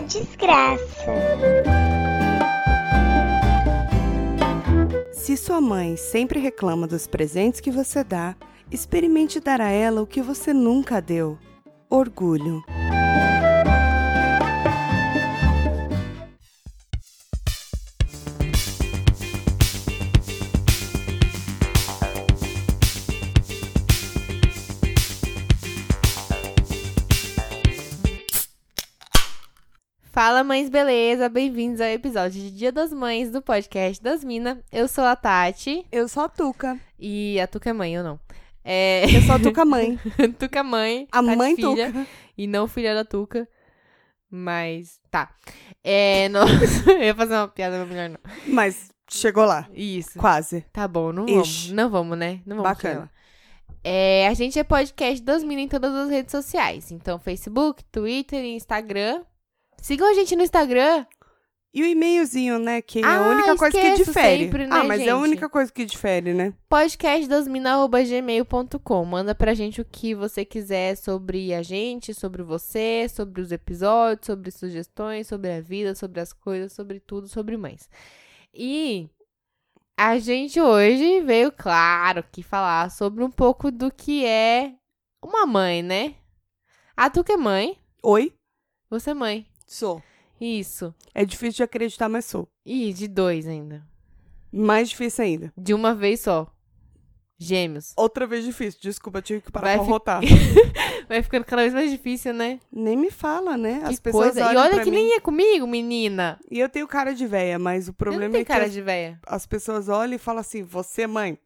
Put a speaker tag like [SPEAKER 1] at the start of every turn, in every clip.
[SPEAKER 1] desgraça.
[SPEAKER 2] Se sua mãe sempre reclama dos presentes que você dá, experimente dar a ela o que você nunca deu: orgulho.
[SPEAKER 3] Fala, mães, beleza? Bem-vindos ao episódio de Dia das Mães do podcast das Minas. Eu sou a Tati
[SPEAKER 2] Eu sou a Tuca.
[SPEAKER 3] e a Tuca é mãe, eu não. É,
[SPEAKER 2] Eu sou a Tuca mãe.
[SPEAKER 3] Tuca é mãe,
[SPEAKER 2] A
[SPEAKER 3] Tati
[SPEAKER 2] mãe
[SPEAKER 3] filha,
[SPEAKER 2] Tuca.
[SPEAKER 3] e não filha da Tuca. Mas, tá. É, nossa, eu ia fazer uma piada, mas melhor não.
[SPEAKER 2] Mas chegou lá.
[SPEAKER 3] Isso.
[SPEAKER 2] Quase.
[SPEAKER 3] Tá bom, não
[SPEAKER 2] Ixi.
[SPEAKER 3] vamos. Não vamos, né? Não vamos.
[SPEAKER 2] Bacana.
[SPEAKER 3] Sheila. É, a gente é podcast das minas em todas as redes sociais. Então, Facebook, Twitter e Instagram. Sigam a gente no Instagram.
[SPEAKER 2] E o e-mailzinho, né? Que é a
[SPEAKER 3] Ah,
[SPEAKER 2] única coisa que
[SPEAKER 3] esqueço
[SPEAKER 2] difere.
[SPEAKER 3] sempre, né,
[SPEAKER 2] ah, mas é a
[SPEAKER 3] gente?
[SPEAKER 2] única coisa que difere, né?
[SPEAKER 3] podcastdasmina.gmail.com. Manda pra gente o que você quiser sobre a gente, sobre você, sobre os episódios, sobre sugestões, sobre a vida, sobre as coisas, sobre tudo, sobre mães. E a gente hoje veio, claro, que falar sobre um pouco do que é uma mãe, né? A tu que é mãe,
[SPEAKER 2] Oi?
[SPEAKER 3] você é mãe.
[SPEAKER 2] Sou.
[SPEAKER 3] Isso.
[SPEAKER 2] É difícil de acreditar, mas sou.
[SPEAKER 3] Ih, de dois ainda.
[SPEAKER 2] Mais difícil ainda.
[SPEAKER 3] De uma vez só. Gêmeos.
[SPEAKER 2] Outra vez difícil. Desculpa, eu tive que parar
[SPEAKER 3] Vai
[SPEAKER 2] pra
[SPEAKER 3] fi-
[SPEAKER 2] rotar.
[SPEAKER 3] Vai ficando cada vez mais difícil, né?
[SPEAKER 2] Nem me fala, né? As
[SPEAKER 3] que
[SPEAKER 2] pessoas
[SPEAKER 3] coisa. E
[SPEAKER 2] olham
[SPEAKER 3] olha
[SPEAKER 2] pra
[SPEAKER 3] que
[SPEAKER 2] mim.
[SPEAKER 3] nem é comigo, menina.
[SPEAKER 2] E eu tenho cara de véia, mas o
[SPEAKER 3] Eu não
[SPEAKER 2] problema é
[SPEAKER 3] tenho
[SPEAKER 2] que
[SPEAKER 3] cara
[SPEAKER 2] as,
[SPEAKER 3] de véia.
[SPEAKER 2] as pessoas olham e falam assim, você mãe.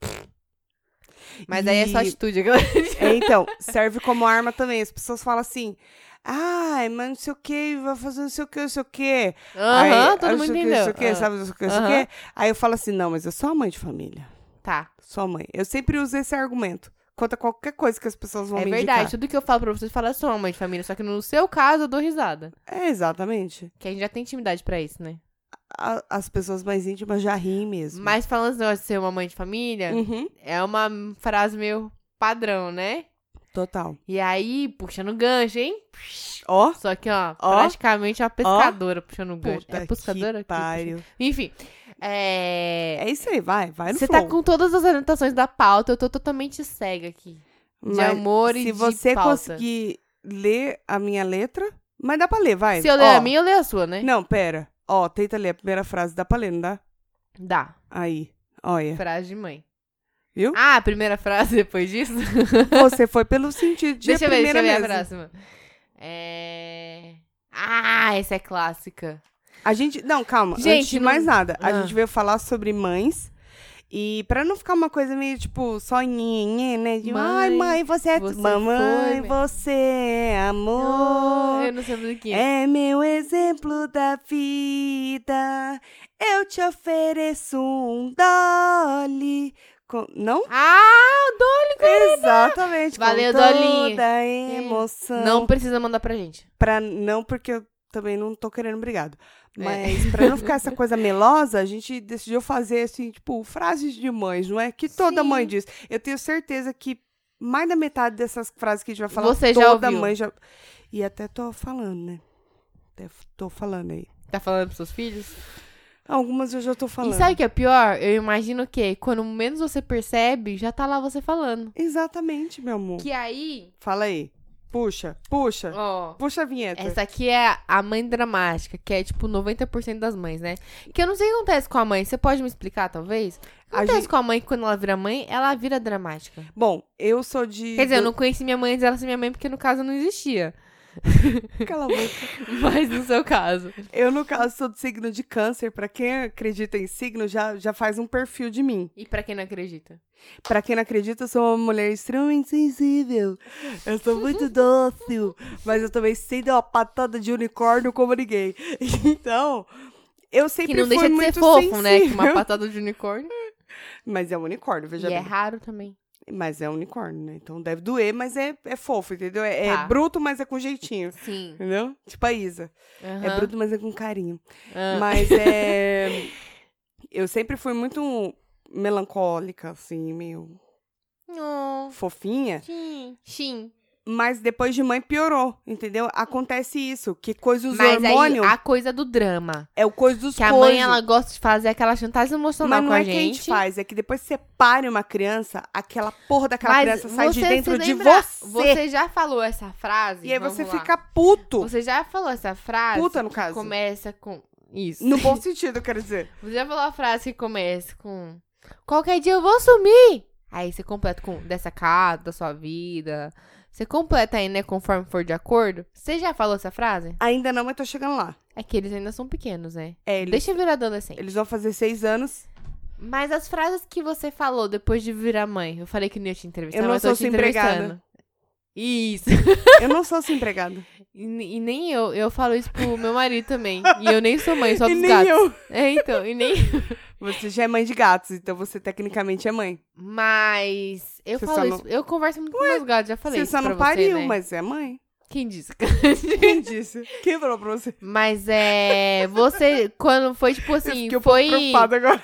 [SPEAKER 3] Mas aí é só
[SPEAKER 2] E-
[SPEAKER 3] atitude.
[SPEAKER 2] É, então, serve como arma também. As pessoas falam assim, ai, mas não sei o que, vai fazer não sei o que, não sei o que.
[SPEAKER 3] Aham, todo mundo entendeu.
[SPEAKER 2] Não sei o que, é
[SPEAKER 3] Ah,
[SPEAKER 2] sabe, não sei o que, não sei o
[SPEAKER 3] Aham.
[SPEAKER 2] que. Aí eu falo assim, não, mas eu sou a mãe de família.
[SPEAKER 3] Tá,
[SPEAKER 2] Sou a mãe. Eu sempre uso esse argumento. Contra qualquer coisa que as pessoas vão
[SPEAKER 3] é
[SPEAKER 2] me
[SPEAKER 3] verdade.
[SPEAKER 2] indicar.
[SPEAKER 3] Tudo que eu falo pra vocês, fala só mãe de família. Só que no seu caso, eu dou risada.
[SPEAKER 2] É, exatamente.
[SPEAKER 3] Que a gente já tem intimidade pra isso, né?
[SPEAKER 2] A- as pessoas mais íntimas já riem mesmo.
[SPEAKER 3] Mas falando esse negócio de ser uma mãe de família,
[SPEAKER 2] Uhum,
[SPEAKER 3] é uma frase meio padrão, né?
[SPEAKER 2] total.
[SPEAKER 3] E aí, puxando gancho, hein?
[SPEAKER 2] Ó,
[SPEAKER 3] Só que, ó,
[SPEAKER 2] Ó.
[SPEAKER 3] praticamente é uma pescadora puxando gancho.
[SPEAKER 2] puta
[SPEAKER 3] é pescadora?
[SPEAKER 2] que
[SPEAKER 3] puxa?
[SPEAKER 2] pariu.
[SPEAKER 3] Enfim, é...
[SPEAKER 2] É isso aí, vai, vai no
[SPEAKER 3] Você tá
[SPEAKER 2] flow.
[SPEAKER 3] com todas as orientações da pauta, eu tô totalmente cega aqui. de
[SPEAKER 2] Mas
[SPEAKER 3] amor e
[SPEAKER 2] Se
[SPEAKER 3] de
[SPEAKER 2] você
[SPEAKER 3] pauta.
[SPEAKER 2] conseguir ler a minha letra, mas dá pra ler, vai.
[SPEAKER 3] Se eu ler
[SPEAKER 2] Ó,
[SPEAKER 3] a minha, eu leio a sua, né?
[SPEAKER 2] Não, pera. Ó, tenta ler a primeira frase, dá pra ler, não dá?
[SPEAKER 3] Dá.
[SPEAKER 2] Aí, olha.
[SPEAKER 3] Frase de mãe.
[SPEAKER 2] Viu?
[SPEAKER 3] Ah, a primeira frase depois disso?
[SPEAKER 2] Você foi pelo sentido de
[SPEAKER 3] deixa eu ver, deixa
[SPEAKER 2] primeira
[SPEAKER 3] eu ver a
[SPEAKER 2] mesmo.
[SPEAKER 3] próxima. É. Ah, essa é clássica.
[SPEAKER 2] A gente. Não, calma.
[SPEAKER 3] Gente,
[SPEAKER 2] antes de
[SPEAKER 3] não-
[SPEAKER 2] mais nada, a
[SPEAKER 3] Ah.
[SPEAKER 2] gente veio falar sobre mães. E pra não ficar uma coisa meio tipo só nhe, nhe, né? De
[SPEAKER 3] Mãe,
[SPEAKER 2] ai, mãe, você é.
[SPEAKER 3] você
[SPEAKER 2] Mamãe,
[SPEAKER 3] foi-
[SPEAKER 2] você é amor.
[SPEAKER 3] eu não sei a musiquinha.
[SPEAKER 2] É meu exemplo da vida. Eu te ofereço um Dolly. Com- Não?
[SPEAKER 3] Ah, o Dolly!
[SPEAKER 2] Exatamente.
[SPEAKER 3] Valeu,
[SPEAKER 2] com toda
[SPEAKER 3] Dolinho.
[SPEAKER 2] a emoção.
[SPEAKER 3] Não precisa mandar pra gente.
[SPEAKER 2] Pra, não, porque eu também não tô querendo obrigado.
[SPEAKER 3] É.
[SPEAKER 2] Mas pra não ficar essa coisa melosa, a gente decidiu fazer, assim, tipo, frases de mães, não é? Que toda
[SPEAKER 3] Sim.
[SPEAKER 2] mãe diz. Eu tenho certeza que mais da metade dessas frases que a gente vai falar,
[SPEAKER 3] Você já
[SPEAKER 2] toda
[SPEAKER 3] ouviu.
[SPEAKER 2] mãe já... E até tô falando, né? Até f- tô falando aí.
[SPEAKER 3] Tá falando pros seus filhos?
[SPEAKER 2] Algumas eu já tô falando.
[SPEAKER 3] E sabe o que é pior? Eu imagino que quando menos você percebe, já tá lá você falando.
[SPEAKER 2] Exatamente, meu amor.
[SPEAKER 3] Que aí,
[SPEAKER 2] Fala aí. Puxa, puxa.
[SPEAKER 3] ó,
[SPEAKER 2] Puxa a vinheta.
[SPEAKER 3] Essa aqui é a mãe dramática, que é tipo 90% das mães, né? Que eu não sei o que acontece com a mãe. Você pode me explicar, talvez? O que
[SPEAKER 2] A
[SPEAKER 3] acontece
[SPEAKER 2] gente-
[SPEAKER 3] com a mãe que quando ela vira mãe, ela vira dramática.
[SPEAKER 2] Bom, eu sou de...
[SPEAKER 3] Quer dizer, eu não conheci minha mãe antes dela ser minha mãe, porque no caso não existia.
[SPEAKER 2] Cala a boca.
[SPEAKER 3] Mas no seu caso.
[SPEAKER 2] Eu, no caso, sou do signo de câncer. Pra quem acredita em signo, já, já faz um perfil de mim.
[SPEAKER 3] E pra quem não acredita?
[SPEAKER 2] Pra quem não acredita, eu sou uma mulher extremamente sensível. Eu sou muito dócil. Mas eu também sei dar uma patada de unicórnio como ninguém. Então, eu sempre
[SPEAKER 3] que não
[SPEAKER 2] fui
[SPEAKER 3] deixa de ser
[SPEAKER 2] muito
[SPEAKER 3] fofo,
[SPEAKER 2] sensível.
[SPEAKER 3] né? Que uma patada de unicórnio.
[SPEAKER 2] Mas é um unicórnio,
[SPEAKER 3] E
[SPEAKER 2] veja
[SPEAKER 3] é
[SPEAKER 2] bem.
[SPEAKER 3] raro também.
[SPEAKER 2] Mas é um unicórnio, né? Então deve doer, mas é, é fofo, entendeu? É, é
[SPEAKER 3] Tá.
[SPEAKER 2] bruto, mas é com jeitinho.
[SPEAKER 3] Sim.
[SPEAKER 2] Entendeu? Tipo a Isa. É
[SPEAKER 3] Aham.
[SPEAKER 2] bruto, mas é com carinho.
[SPEAKER 3] Ah.
[SPEAKER 2] Mas é. Eu sempre fui muito melancólica, assim, meio
[SPEAKER 3] Oh,
[SPEAKER 2] fofinha.
[SPEAKER 3] sim. Sim.
[SPEAKER 2] Mas depois de mãe piorou, entendeu? Acontece isso, que coisa os
[SPEAKER 3] Mas aí
[SPEAKER 2] hormônios
[SPEAKER 3] a coisa do drama.
[SPEAKER 2] é o coisa dos
[SPEAKER 3] Que a
[SPEAKER 2] coisas.
[SPEAKER 3] mãe, ela gosta de fazer aquela chantagem
[SPEAKER 2] Mas
[SPEAKER 3] emocional
[SPEAKER 2] não
[SPEAKER 3] com a
[SPEAKER 2] é que a
[SPEAKER 3] gente.
[SPEAKER 2] gente faz, é que depois que você pare uma criança, aquela porra daquela
[SPEAKER 3] mas
[SPEAKER 2] criança sai de
[SPEAKER 3] você
[SPEAKER 2] dentro
[SPEAKER 3] se
[SPEAKER 2] de
[SPEAKER 3] lembra-
[SPEAKER 2] você.
[SPEAKER 3] Você já falou essa frase?
[SPEAKER 2] E aí
[SPEAKER 3] Vamos
[SPEAKER 2] você
[SPEAKER 3] lá.
[SPEAKER 2] fica puto.
[SPEAKER 3] Você já falou essa frase?
[SPEAKER 2] Puta, no
[SPEAKER 3] que
[SPEAKER 2] caso.
[SPEAKER 3] Começa com. Isso.
[SPEAKER 2] No bom sentido, eu quero dizer.
[SPEAKER 3] Você já falou a frase que começa com. Qualquer dia eu vou sumir! Aí você completa com dessa casa, da sua vida. Você completa aí, né? Conforme for de acordo. Você já falou essa frase?
[SPEAKER 2] Ainda não, mas tô chegando lá.
[SPEAKER 3] É que eles ainda são pequenos, né?
[SPEAKER 2] É, eles,
[SPEAKER 3] Deixa eu virar adolescente.
[SPEAKER 2] eles vão fazer seis anos.
[SPEAKER 3] Mas as frases que você falou depois de virar mãe, eu falei que não ia te entrevistar,
[SPEAKER 2] Eu não
[SPEAKER 3] mas
[SPEAKER 2] sou
[SPEAKER 3] tô te
[SPEAKER 2] sua empregada.
[SPEAKER 3] entrevistando. Isso.
[SPEAKER 2] Eu não sou sua empregada.
[SPEAKER 3] E, e nem eu, eu falo isso pro meu marido também. E eu nem sou mãe, só
[SPEAKER 2] e
[SPEAKER 3] dos
[SPEAKER 2] nem
[SPEAKER 3] gatos.
[SPEAKER 2] eu.
[SPEAKER 3] É, então, e nem.
[SPEAKER 2] Você já é mãe de gatos, então você tecnicamente é mãe.
[SPEAKER 3] Mas eu
[SPEAKER 2] Você só
[SPEAKER 3] falo
[SPEAKER 2] não-
[SPEAKER 3] isso. Eu converso muito com meus gatos, já falei
[SPEAKER 2] você
[SPEAKER 3] isso.
[SPEAKER 2] só
[SPEAKER 3] pra
[SPEAKER 2] não pariu,
[SPEAKER 3] né?
[SPEAKER 2] mas é mãe.
[SPEAKER 3] Quem disse?
[SPEAKER 2] Quem disse? Quem falou pra você?
[SPEAKER 3] mas é. Você, quando foi tipo
[SPEAKER 2] Eu
[SPEAKER 3] assim,
[SPEAKER 2] fiquei um pouco
[SPEAKER 3] foi.
[SPEAKER 2] preocupada agora.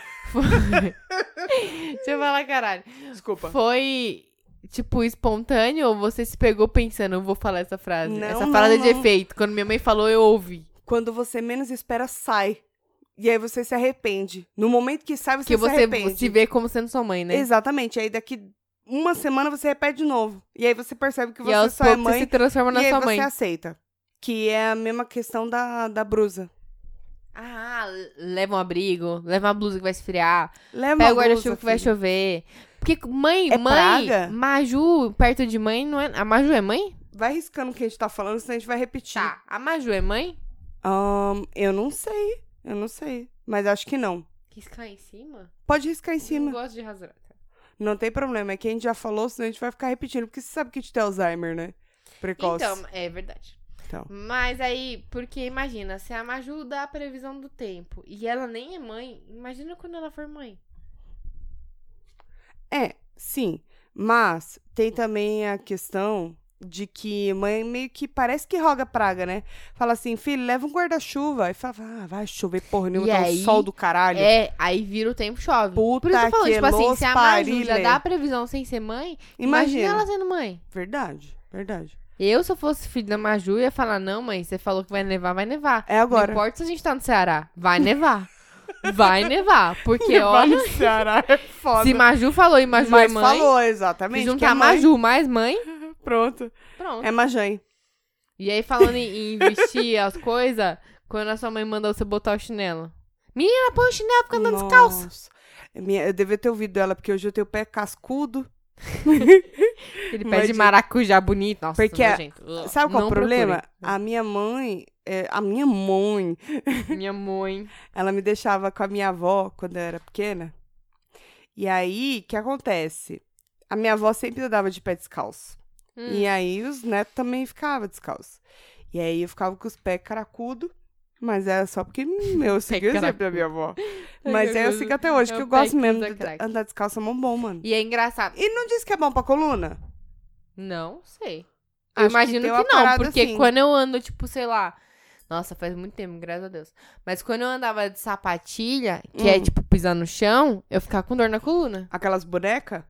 [SPEAKER 3] Deixa eu falar, caralho.
[SPEAKER 2] Desculpa.
[SPEAKER 3] Foi. Tipo, espontâneo ou você se pegou pensando, eu vou falar essa frase?
[SPEAKER 2] Não,
[SPEAKER 3] essa
[SPEAKER 2] não,
[SPEAKER 3] frase é de
[SPEAKER 2] não.
[SPEAKER 3] efeito. Quando minha mãe falou, eu ouvi.
[SPEAKER 2] Quando você menos espera, sai. E aí você se arrepende. No momento que sai, você
[SPEAKER 3] que
[SPEAKER 2] se
[SPEAKER 3] você
[SPEAKER 2] arrepende.
[SPEAKER 3] se vê como sendo sua mãe, né?
[SPEAKER 2] Exatamente. Aí daqui uma semana você repete de novo. E aí você percebe que
[SPEAKER 3] e
[SPEAKER 2] você
[SPEAKER 3] aos
[SPEAKER 2] só é
[SPEAKER 3] poucos você
[SPEAKER 2] mãe.
[SPEAKER 3] se transforma
[SPEAKER 2] e
[SPEAKER 3] na
[SPEAKER 2] aí
[SPEAKER 3] sua
[SPEAKER 2] você
[SPEAKER 3] mãe.
[SPEAKER 2] aceita. Que é a mesma questão da, da brusa.
[SPEAKER 3] Ah, leva um abrigo, leva uma blusa que vai esfriar,
[SPEAKER 2] Leva
[SPEAKER 3] pega
[SPEAKER 2] uma
[SPEAKER 3] o guarda-chuva
[SPEAKER 2] blusa,
[SPEAKER 3] que vai
[SPEAKER 2] filho.
[SPEAKER 3] chover. Porque mãe,
[SPEAKER 2] É
[SPEAKER 3] mãe,
[SPEAKER 2] praga?
[SPEAKER 3] Maju, perto de mãe, não é. A Maju é mãe?
[SPEAKER 2] Vai riscando o que a gente tá falando, senão a gente vai repetir.
[SPEAKER 3] Tá. A Maju é mãe?
[SPEAKER 2] Ahn, eu não sei. Eu não sei. Mas acho que não.
[SPEAKER 3] Quis cair é em cima?
[SPEAKER 2] Pode riscar em
[SPEAKER 3] Eu Não
[SPEAKER 2] cima.
[SPEAKER 3] gosto de rasgar.
[SPEAKER 2] Não tem problema. É que a gente já falou, senão a gente vai ficar repetindo. Porque você sabe que a gente tem Alzheimer, né? Precoce.
[SPEAKER 3] Então, é verdade.
[SPEAKER 2] Então.
[SPEAKER 3] Mas aí, porque imagina, se a Maju dá a previsão do tempo e ela nem é mãe, imagina quando ela for mãe.
[SPEAKER 2] É, sim. Mas tem também a questão de que mãe meio que parece que roga praga, né? Fala assim, filho, leva um guarda-chuva. E fala, ah, vai chover porra nenhuma,
[SPEAKER 3] E
[SPEAKER 2] tá um
[SPEAKER 3] aí,
[SPEAKER 2] sol do caralho.
[SPEAKER 3] É, aí vira o tempo chove.
[SPEAKER 2] Puta
[SPEAKER 3] Por isso que eu falo,
[SPEAKER 2] que
[SPEAKER 3] tipo assim,
[SPEAKER 2] los
[SPEAKER 3] se a Maju já
[SPEAKER 2] parile.
[SPEAKER 3] dá a previsão sem ser mãe,
[SPEAKER 2] um Imagina.
[SPEAKER 3] imagina ela sendo mãe.
[SPEAKER 2] Verdade, verdade.
[SPEAKER 3] Eu, se eu fosse filho da Maju, ia falar: não, mãe, você falou que vai nevar, vai nevar.
[SPEAKER 2] É agora.
[SPEAKER 3] Não importa se a gente tá no Ceará, vai nevar. vai nevar. Porque,
[SPEAKER 2] Vai
[SPEAKER 3] olha,
[SPEAKER 2] no Ceará, é foda.
[SPEAKER 3] se Maju falou e Maju
[SPEAKER 2] Mas
[SPEAKER 3] é mãe,
[SPEAKER 2] falou,
[SPEAKER 3] se
[SPEAKER 2] exatamente. que
[SPEAKER 3] juntar
[SPEAKER 2] é mãe.
[SPEAKER 3] Maju mais um. mãe,
[SPEAKER 2] Pronto.
[SPEAKER 3] pronto.
[SPEAKER 2] É Majan.
[SPEAKER 3] E aí, falando em, em investir as coisas, quando a sua mãe mandou você botar o chinelo. Menina, põe o chinelo porque eu tô descalço.
[SPEAKER 2] Nossa. É Minha- Eu devia ter ouvido ela, porque hoje eu tenho o pé cascudo.
[SPEAKER 3] Ele pé de
[SPEAKER 2] Imagina.
[SPEAKER 3] maracujá bonito. Nossa,
[SPEAKER 2] Porque a-
[SPEAKER 3] nojento. Ugh,
[SPEAKER 2] Sabe qual é
[SPEAKER 3] não
[SPEAKER 2] o problema? A minha mãe, é, a minha mãe,
[SPEAKER 3] procure. Minha mãe.
[SPEAKER 2] ela me deixava com a minha avó quando eu era pequena. E aí, o que acontece? A minha avó sempre andava de pé descalço.
[SPEAKER 3] Hum.
[SPEAKER 2] E aí, os netos também ficavam descalços. E aí, eu ficava com os pés caracudo. Mas era só porque hum, eu segui o exemplo da minha avó. Mas aí eu sigo até hoje,
[SPEAKER 3] É
[SPEAKER 2] que
[SPEAKER 3] o
[SPEAKER 2] eu gosto
[SPEAKER 3] pé que
[SPEAKER 2] mesmo
[SPEAKER 3] usa
[SPEAKER 2] de
[SPEAKER 3] crack.
[SPEAKER 2] andar descalço, é mó bom, mano.
[SPEAKER 3] E é engraçado.
[SPEAKER 2] E não diz que é bom pra coluna?
[SPEAKER 3] Não sei.
[SPEAKER 2] Acho
[SPEAKER 3] Eu
[SPEAKER 2] que
[SPEAKER 3] Ah, imagino
[SPEAKER 2] tem
[SPEAKER 3] que,
[SPEAKER 2] uma
[SPEAKER 3] não,
[SPEAKER 2] parada
[SPEAKER 3] porque
[SPEAKER 2] assim.
[SPEAKER 3] quando eu ando, tipo, sei lá. Nossa, faz muito tempo, graças a Deus. Mas quando eu andava de sapatilha, que é
[SPEAKER 2] Hum.
[SPEAKER 3] tipo pisar no chão, eu ficava com dor na coluna.
[SPEAKER 2] Aquelas bonecas?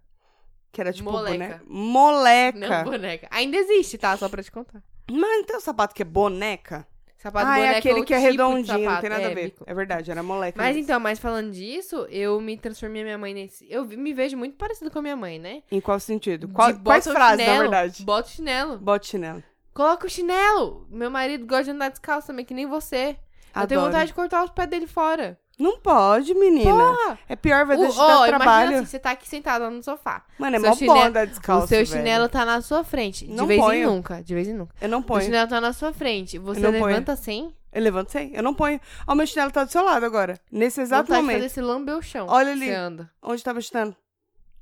[SPEAKER 2] Que era tipo
[SPEAKER 3] Moleca.
[SPEAKER 2] boneca. Moleca.
[SPEAKER 3] Não, boneca. Ainda existe, tá? Só pra te contar.
[SPEAKER 2] Mas não tem um sapato que é boneca?
[SPEAKER 3] Sapato
[SPEAKER 2] ah,
[SPEAKER 3] boneca
[SPEAKER 2] é aquele
[SPEAKER 3] o
[SPEAKER 2] que é
[SPEAKER 3] tipo de
[SPEAKER 2] redondinho, não
[SPEAKER 3] sapato,
[SPEAKER 2] tem nada
[SPEAKER 3] é,
[SPEAKER 2] a ver.
[SPEAKER 3] bico.
[SPEAKER 2] É verdade, era moleca.
[SPEAKER 3] Mas
[SPEAKER 2] Mas
[SPEAKER 3] então, mas falando disso, eu me transformei minha mãe nesse. Eu vi- me vejo muito parecido com a minha mãe, né?
[SPEAKER 2] Em qual sentido?
[SPEAKER 3] De
[SPEAKER 2] Qual-
[SPEAKER 3] bota
[SPEAKER 2] quais
[SPEAKER 3] o
[SPEAKER 2] frases, na
[SPEAKER 3] chinelo,
[SPEAKER 2] verdade?
[SPEAKER 3] Bota o chinelo.
[SPEAKER 2] Bote chinelo.
[SPEAKER 3] Coloca o chinelo. Meu marido gosta de andar descalço também, que nem você. Eu tenho
[SPEAKER 2] Adoro.
[SPEAKER 3] vontade de cortar os pés dele fora.
[SPEAKER 2] Não pode, menina.
[SPEAKER 3] Porra!
[SPEAKER 2] É pior, vai
[SPEAKER 3] O-
[SPEAKER 2] deixar
[SPEAKER 3] ó,
[SPEAKER 2] de dar
[SPEAKER 3] imagina
[SPEAKER 2] trabalho.
[SPEAKER 3] assim, você tá aqui sentada no sofá.
[SPEAKER 2] Mano, é
[SPEAKER 3] seu
[SPEAKER 2] mó bom
[SPEAKER 3] chinelo-
[SPEAKER 2] andar descalço,
[SPEAKER 3] o seu
[SPEAKER 2] velho.
[SPEAKER 3] chinelo tá na sua frente. De
[SPEAKER 2] Não
[SPEAKER 3] vez em
[SPEAKER 2] ponho.
[SPEAKER 3] nunca. De vez em nunca.
[SPEAKER 2] Eu não
[SPEAKER 3] O
[SPEAKER 2] ponho.
[SPEAKER 3] chinelo tá na sua frente. Você
[SPEAKER 2] não ponho.
[SPEAKER 3] levanta sem.
[SPEAKER 2] Eu levanto sem. Eu não ponho. Ó, meu chinelo tá do seu lado agora. Nesse exato
[SPEAKER 3] vontade de
[SPEAKER 2] momento.
[SPEAKER 3] fazer esse lambe o chão.
[SPEAKER 2] Olha
[SPEAKER 3] que
[SPEAKER 2] ali.
[SPEAKER 3] Você anda.
[SPEAKER 2] Onde tá meu chinelo?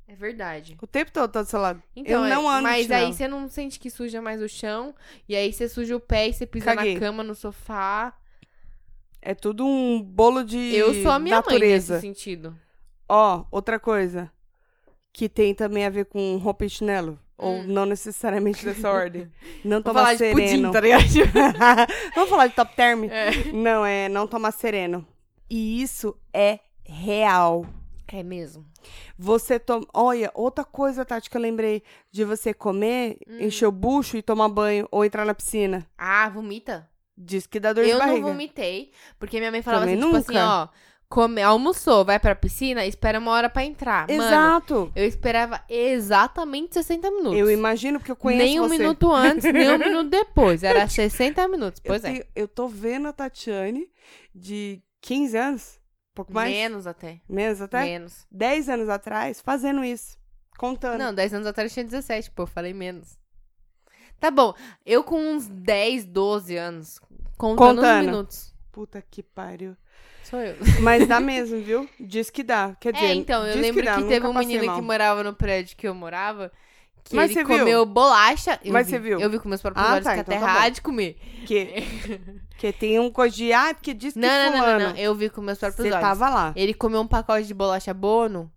[SPEAKER 3] É verdade.
[SPEAKER 2] O tempo todo tá do seu lado. eu
[SPEAKER 3] Então, é-
[SPEAKER 2] não ando de
[SPEAKER 3] mas
[SPEAKER 2] chinelo.
[SPEAKER 3] aí você não sente que suja mais o chão. E aí você suja o pé e você pisa
[SPEAKER 2] Caguei.
[SPEAKER 3] na cama, no sofá.
[SPEAKER 2] É tudo um bolo de
[SPEAKER 3] Eu sou a minha
[SPEAKER 2] natureza.
[SPEAKER 3] mãe nesse sentido.
[SPEAKER 2] Ó, outra coisa que tem também a ver com roupa e chinelo. Ou
[SPEAKER 3] Hum.
[SPEAKER 2] não necessariamente dessa ordem. Não
[SPEAKER 3] Vou
[SPEAKER 2] tomar
[SPEAKER 3] falar de pudim,
[SPEAKER 2] sereno.
[SPEAKER 3] tá ligado?
[SPEAKER 2] Vamos falar de top term?
[SPEAKER 3] É.
[SPEAKER 2] Não, é não tomar sereno. E isso é real.
[SPEAKER 3] É mesmo.
[SPEAKER 2] Você toma. Olha, outra coisa, Tati, que eu lembrei de você comer,
[SPEAKER 3] Hum.
[SPEAKER 2] encher o bucho e tomar banho ou entrar na piscina.
[SPEAKER 3] Ah, vomita.
[SPEAKER 2] Diz que dá dor de
[SPEAKER 3] eu
[SPEAKER 2] barriga.
[SPEAKER 3] não vomitei, porque minha mãe falava
[SPEAKER 2] Também
[SPEAKER 3] assim, tipo assim,
[SPEAKER 2] nunca.
[SPEAKER 3] ó, come, almoçou, vai pra piscina, espera uma hora pra entrar. Mano,
[SPEAKER 2] Exato.
[SPEAKER 3] eu esperava exatamente 60 minutos.
[SPEAKER 2] Eu imagino porque eu conheço
[SPEAKER 3] nem um
[SPEAKER 2] você.
[SPEAKER 3] minuto antes, nem um minuto depois. Era 60 minutos.
[SPEAKER 2] eu,
[SPEAKER 3] Pois é.
[SPEAKER 2] tenho- eu tô vendo a Tatiane de 15 anos, pouco mais,
[SPEAKER 3] Menos até.
[SPEAKER 2] menos até,
[SPEAKER 3] Menos.
[SPEAKER 2] 10 anos atrás, fazendo isso, contando.
[SPEAKER 3] Não, 10 anos atrás eu tinha 17, pô, eu falei menos. Tá bom, eu com uns 10, 12 anos, contando,
[SPEAKER 2] Contando.
[SPEAKER 3] os minutos.
[SPEAKER 2] Puta que pariu.
[SPEAKER 3] Sou eu.
[SPEAKER 2] Mas dá mesmo, viu? Diz que dá. Quer dizer,
[SPEAKER 3] É, então, eu
[SPEAKER 2] diz
[SPEAKER 3] lembro que,
[SPEAKER 2] dá,
[SPEAKER 3] teve
[SPEAKER 2] nunca
[SPEAKER 3] um
[SPEAKER 2] passei
[SPEAKER 3] menino
[SPEAKER 2] mal.
[SPEAKER 3] que morava no prédio que eu morava, que
[SPEAKER 2] Mas
[SPEAKER 3] ele
[SPEAKER 2] você viu?
[SPEAKER 3] comeu bolacha. Eu
[SPEAKER 2] Mas
[SPEAKER 3] vi,
[SPEAKER 2] você viu?
[SPEAKER 3] Eu vi com meus próprios
[SPEAKER 2] Ah,
[SPEAKER 3] olhos
[SPEAKER 2] tá,
[SPEAKER 3] que
[SPEAKER 2] então
[SPEAKER 3] até
[SPEAKER 2] tá bom.
[SPEAKER 3] há de comer.
[SPEAKER 2] Que, que tem um coisa de, ah, porque diz que
[SPEAKER 3] Não, não, não,
[SPEAKER 2] fulano.
[SPEAKER 3] não, não, eu vi com meus próprios
[SPEAKER 2] Você
[SPEAKER 3] olhos.
[SPEAKER 2] tava lá.
[SPEAKER 3] Ele comeu um pacote de bolacha bono,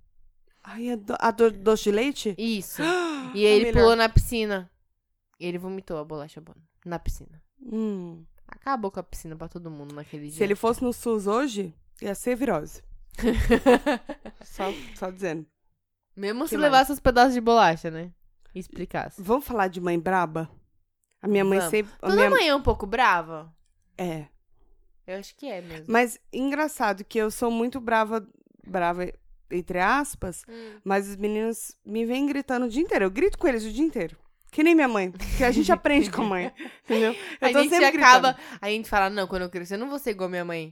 [SPEAKER 2] Ai, a, do, a do- doce de leite?
[SPEAKER 3] isso.
[SPEAKER 2] Ah,
[SPEAKER 3] E ele
[SPEAKER 2] melhor.
[SPEAKER 3] pulou na piscina. Ele vomitou a bolacha bono na piscina.
[SPEAKER 2] Hum.
[SPEAKER 3] Acabou com a piscina pra todo mundo naquele dia.
[SPEAKER 2] Se ele fosse no SUS hoje, ia ser virose. só, só dizendo.
[SPEAKER 3] Mesmo
[SPEAKER 2] Que
[SPEAKER 3] se
[SPEAKER 2] mais?
[SPEAKER 3] levasse os pedaços de bolacha, né? E explicasse.
[SPEAKER 2] Vamos falar de mãe braba? A minha mãe
[SPEAKER 3] Vamos.
[SPEAKER 2] sempre. a
[SPEAKER 3] Toda
[SPEAKER 2] minha-
[SPEAKER 3] manhã é um pouco brava?
[SPEAKER 2] É.
[SPEAKER 3] Eu acho que é mesmo.
[SPEAKER 2] Mas engraçado que eu sou muito brava, brava entre aspas,
[SPEAKER 3] Hum.
[SPEAKER 2] mas os meninos me vêm gritando o dia inteiro. Eu grito com eles o dia inteiro. Que nem minha mãe. Que a gente aprende com a mãe. Entendeu? Eu
[SPEAKER 3] a
[SPEAKER 2] tô
[SPEAKER 3] gente
[SPEAKER 2] sempre
[SPEAKER 3] acaba.
[SPEAKER 2] gritando.
[SPEAKER 3] A gente fala, não, quando eu crescer, eu não vou ser igual a minha mãe.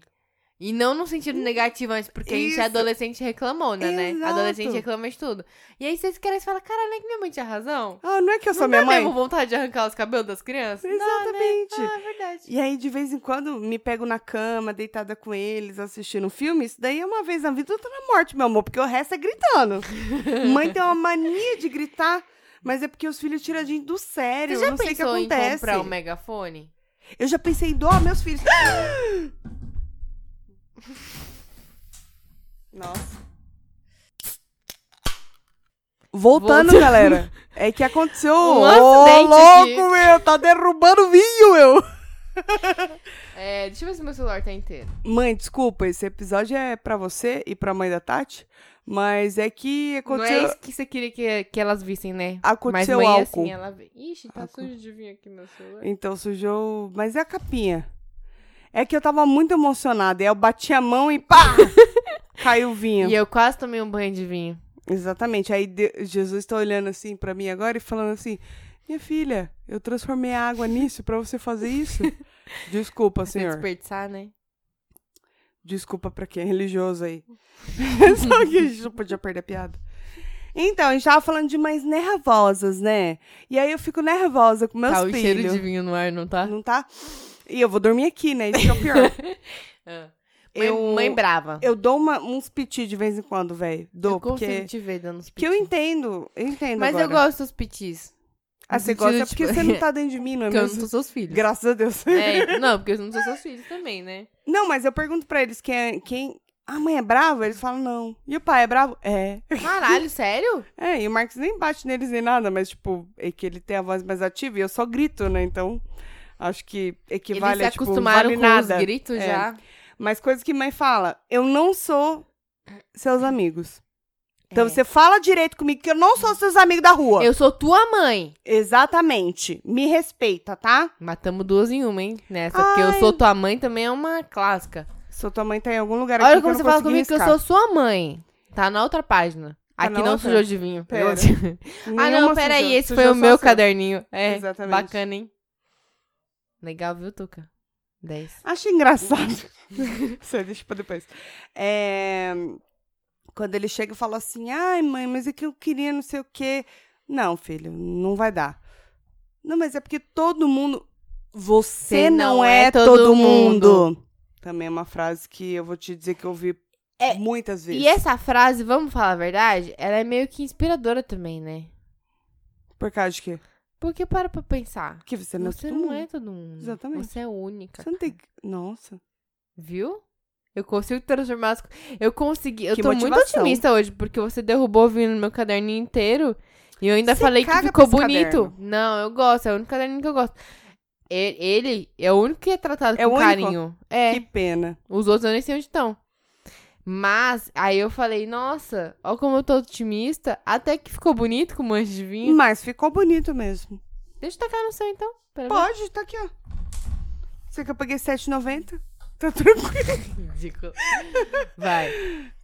[SPEAKER 3] E não no sentido negativo, mas porque a gente é
[SPEAKER 2] Hum, Isso.
[SPEAKER 3] adolescente reclamona, né?
[SPEAKER 2] Exato.
[SPEAKER 3] Adolescente reclama de tudo. E aí vocês querem falar, caralho, é que minha mãe tinha razão?
[SPEAKER 2] Ah, não é que eu sou
[SPEAKER 3] não
[SPEAKER 2] minha
[SPEAKER 3] dá
[SPEAKER 2] mãe?
[SPEAKER 3] mesmo vontade de arrancar os cabelos das crianças? Dá, né?
[SPEAKER 2] Exatamente.
[SPEAKER 3] Ah, é verdade.
[SPEAKER 2] E aí, de vez em quando, me pego na cama, deitada com eles, assistindo um filme. Isso daí é uma vez na vida, outra na morte, meu amor, porque o resto é gritando. Mãe tem uma mania de gritar, mas é porque os filhos tiram a gente do sério.
[SPEAKER 3] Você já
[SPEAKER 2] eu não sei o que
[SPEAKER 3] pensou em
[SPEAKER 2] acontece.
[SPEAKER 3] comprar um megafone?
[SPEAKER 2] Eu já pensei em doar meus filhos. Nossa. Voltando,
[SPEAKER 3] Voltando.
[SPEAKER 2] galera. É que aconteceu.
[SPEAKER 3] Um
[SPEAKER 2] Ô,
[SPEAKER 3] acidente
[SPEAKER 2] louco,
[SPEAKER 3] aqui.
[SPEAKER 2] meu. Tá derrubando vinho, meu.
[SPEAKER 3] É, deixa eu ver se meu celular tá inteiro.
[SPEAKER 2] Mãe, desculpa, esse episódio é pra você e pra mãe da Tati, mas é que
[SPEAKER 3] Não
[SPEAKER 2] aconteceu,
[SPEAKER 3] é isso que você queria que, que elas vissem, né? Mas
[SPEAKER 2] aconteceu
[SPEAKER 3] mãe, é
[SPEAKER 2] álcool.
[SPEAKER 3] assim, ela vê. Ixi, tá
[SPEAKER 2] Álcool.
[SPEAKER 3] sujo de vinho aqui meu celular.
[SPEAKER 2] Então sujou, mas é a capinha. É que eu tava muito emocionada, e aí eu bati a mão e pá! caiu o vinho.
[SPEAKER 3] E eu quase tomei um banho de vinho.
[SPEAKER 2] Exatamente. Aí De- Jesus tá olhando assim pra mim agora e falando assim: "Minha filha, eu transformei a água nisso pra você fazer isso?" Desculpa,
[SPEAKER 3] Sem
[SPEAKER 2] senhor.
[SPEAKER 3] desperdiçar, né?
[SPEAKER 2] Desculpa pra quem é religioso aí. Só que a gente não podia perder a piada. Então, a gente tava falando de mães nervosas, né? E aí eu fico nervosa com meus
[SPEAKER 3] tá o cheiro
[SPEAKER 2] filhos.
[SPEAKER 3] de vinho no ar, não tá?
[SPEAKER 2] Não tá? E eu vou dormir aqui, né? Isso que é o pior.
[SPEAKER 3] Ah. Mãe,
[SPEAKER 2] eu,
[SPEAKER 3] mãe brava.
[SPEAKER 2] eu dou uma- uns piti de vez em quando, velho. Dou,
[SPEAKER 3] Eu
[SPEAKER 2] porque.
[SPEAKER 3] consigo te ver dando os
[SPEAKER 2] Que eu entendo, eu entendo.
[SPEAKER 3] Mas eu
[SPEAKER 2] agora.
[SPEAKER 3] gosto dos pitis.
[SPEAKER 2] Ah, você
[SPEAKER 3] sentido,
[SPEAKER 2] gosta é
[SPEAKER 3] tipo,
[SPEAKER 2] porque você não tá dentro de mim, não é
[SPEAKER 3] Porque eu não
[SPEAKER 2] mesmo?
[SPEAKER 3] sou seus filhos.
[SPEAKER 2] Graças a Deus.
[SPEAKER 3] É, não, porque eu não sou seus filhos também, né?
[SPEAKER 2] Não, mas eu pergunto pra eles quem. é- quem... A mãe é brava? Eles falam não. E o pai é bravo? É.
[SPEAKER 3] Caralho, sério?
[SPEAKER 2] É, e o Marcos nem bate neles nem nada, mas, tipo, é que ele tem a voz mais ativa e eu só grito, né? Então, acho que equivale
[SPEAKER 3] Eles
[SPEAKER 2] a,
[SPEAKER 3] se
[SPEAKER 2] tipo,
[SPEAKER 3] acostumaram
[SPEAKER 2] vale
[SPEAKER 3] com
[SPEAKER 2] nada.
[SPEAKER 3] os gritos
[SPEAKER 2] É.
[SPEAKER 3] já.
[SPEAKER 2] Mas coisa que mãe fala, eu não sou seus amigos. Então
[SPEAKER 3] É.
[SPEAKER 2] você fala direito comigo que eu não sou seus amigos da rua.
[SPEAKER 3] Eu sou tua mãe.
[SPEAKER 2] Exatamente. Me respeita, tá?
[SPEAKER 3] Matamos duas em uma, hein? Nessa, porque eu
[SPEAKER 2] Ai.
[SPEAKER 3] sou tua mãe também é uma clássica.
[SPEAKER 2] Sua tua mãe tá em algum lugar
[SPEAKER 3] Olha
[SPEAKER 2] aqui
[SPEAKER 3] como
[SPEAKER 2] que
[SPEAKER 3] você
[SPEAKER 2] eu não
[SPEAKER 3] fala
[SPEAKER 2] consegui
[SPEAKER 3] comigo que eu
[SPEAKER 2] riscar.
[SPEAKER 3] sou sua mãe. Tá na outra página.
[SPEAKER 2] Tá
[SPEAKER 3] Aqui
[SPEAKER 2] na
[SPEAKER 3] não
[SPEAKER 2] outra?
[SPEAKER 3] sujou de vinho.
[SPEAKER 2] Pera.
[SPEAKER 3] Ah,
[SPEAKER 2] Nenhuma
[SPEAKER 3] não, peraí.
[SPEAKER 2] sujou-
[SPEAKER 3] Esse
[SPEAKER 2] sujou
[SPEAKER 3] foi o
[SPEAKER 2] só
[SPEAKER 3] meu
[SPEAKER 2] seu.
[SPEAKER 3] caderninho. É,
[SPEAKER 2] Exatamente.
[SPEAKER 3] bacana, hein? Legal, viu, Tuca? 10.
[SPEAKER 2] Acho engraçado. Isso aí, deixa pra depois. É, Quando ele chega e fala assim, ai mãe, mas é que eu queria não sei o quê. Não, filho, não vai dar. Não, mas é porque todo mundo... Você
[SPEAKER 3] Você
[SPEAKER 2] não,
[SPEAKER 3] não
[SPEAKER 2] é,
[SPEAKER 3] é
[SPEAKER 2] todo,
[SPEAKER 3] todo
[SPEAKER 2] mundo. Também é uma frase que eu vou te dizer que eu ouvi
[SPEAKER 3] É,
[SPEAKER 2] muitas vezes.
[SPEAKER 3] E essa frase, vamos falar a verdade, ela é meio que inspiradora também, né?
[SPEAKER 2] Por causa de quê?
[SPEAKER 3] Porque para pra pensar.
[SPEAKER 2] Porque você não
[SPEAKER 3] Você
[SPEAKER 2] é todo
[SPEAKER 3] não
[SPEAKER 2] mundo.
[SPEAKER 3] é todo mundo.
[SPEAKER 2] Exatamente.
[SPEAKER 3] Você é única.
[SPEAKER 2] Você não tem... que- Nossa.
[SPEAKER 3] Viu? Eu consigo transformar as co- Eu consegui. Eu
[SPEAKER 2] Que
[SPEAKER 3] tô muito
[SPEAKER 2] motivação.
[SPEAKER 3] otimista hoje, porque você derrubou o vinho no meu caderninho inteiro. E eu ainda
[SPEAKER 2] Você
[SPEAKER 3] falei que
[SPEAKER 2] caga
[SPEAKER 3] ficou
[SPEAKER 2] pra esse
[SPEAKER 3] bonito.
[SPEAKER 2] caderno.
[SPEAKER 3] Não, eu gosto. É o único caderninho que eu gosto. E- Ele, é o único que é tratado
[SPEAKER 2] É
[SPEAKER 3] com
[SPEAKER 2] o único?
[SPEAKER 3] carinho. É.
[SPEAKER 2] Que pena.
[SPEAKER 3] Os outros eu nem sei onde estão. Mas aí eu falei, nossa, ó como eu tô otimista. Até que ficou bonito com mancha de vinho.
[SPEAKER 2] Mas ficou bonito mesmo.
[SPEAKER 3] Deixa eu tacar no seu então. Pera
[SPEAKER 2] Pode, tá aqui, ó. Você que eu paguei 7,90? Tá tranquilo.
[SPEAKER 3] um Ridículo. Vai.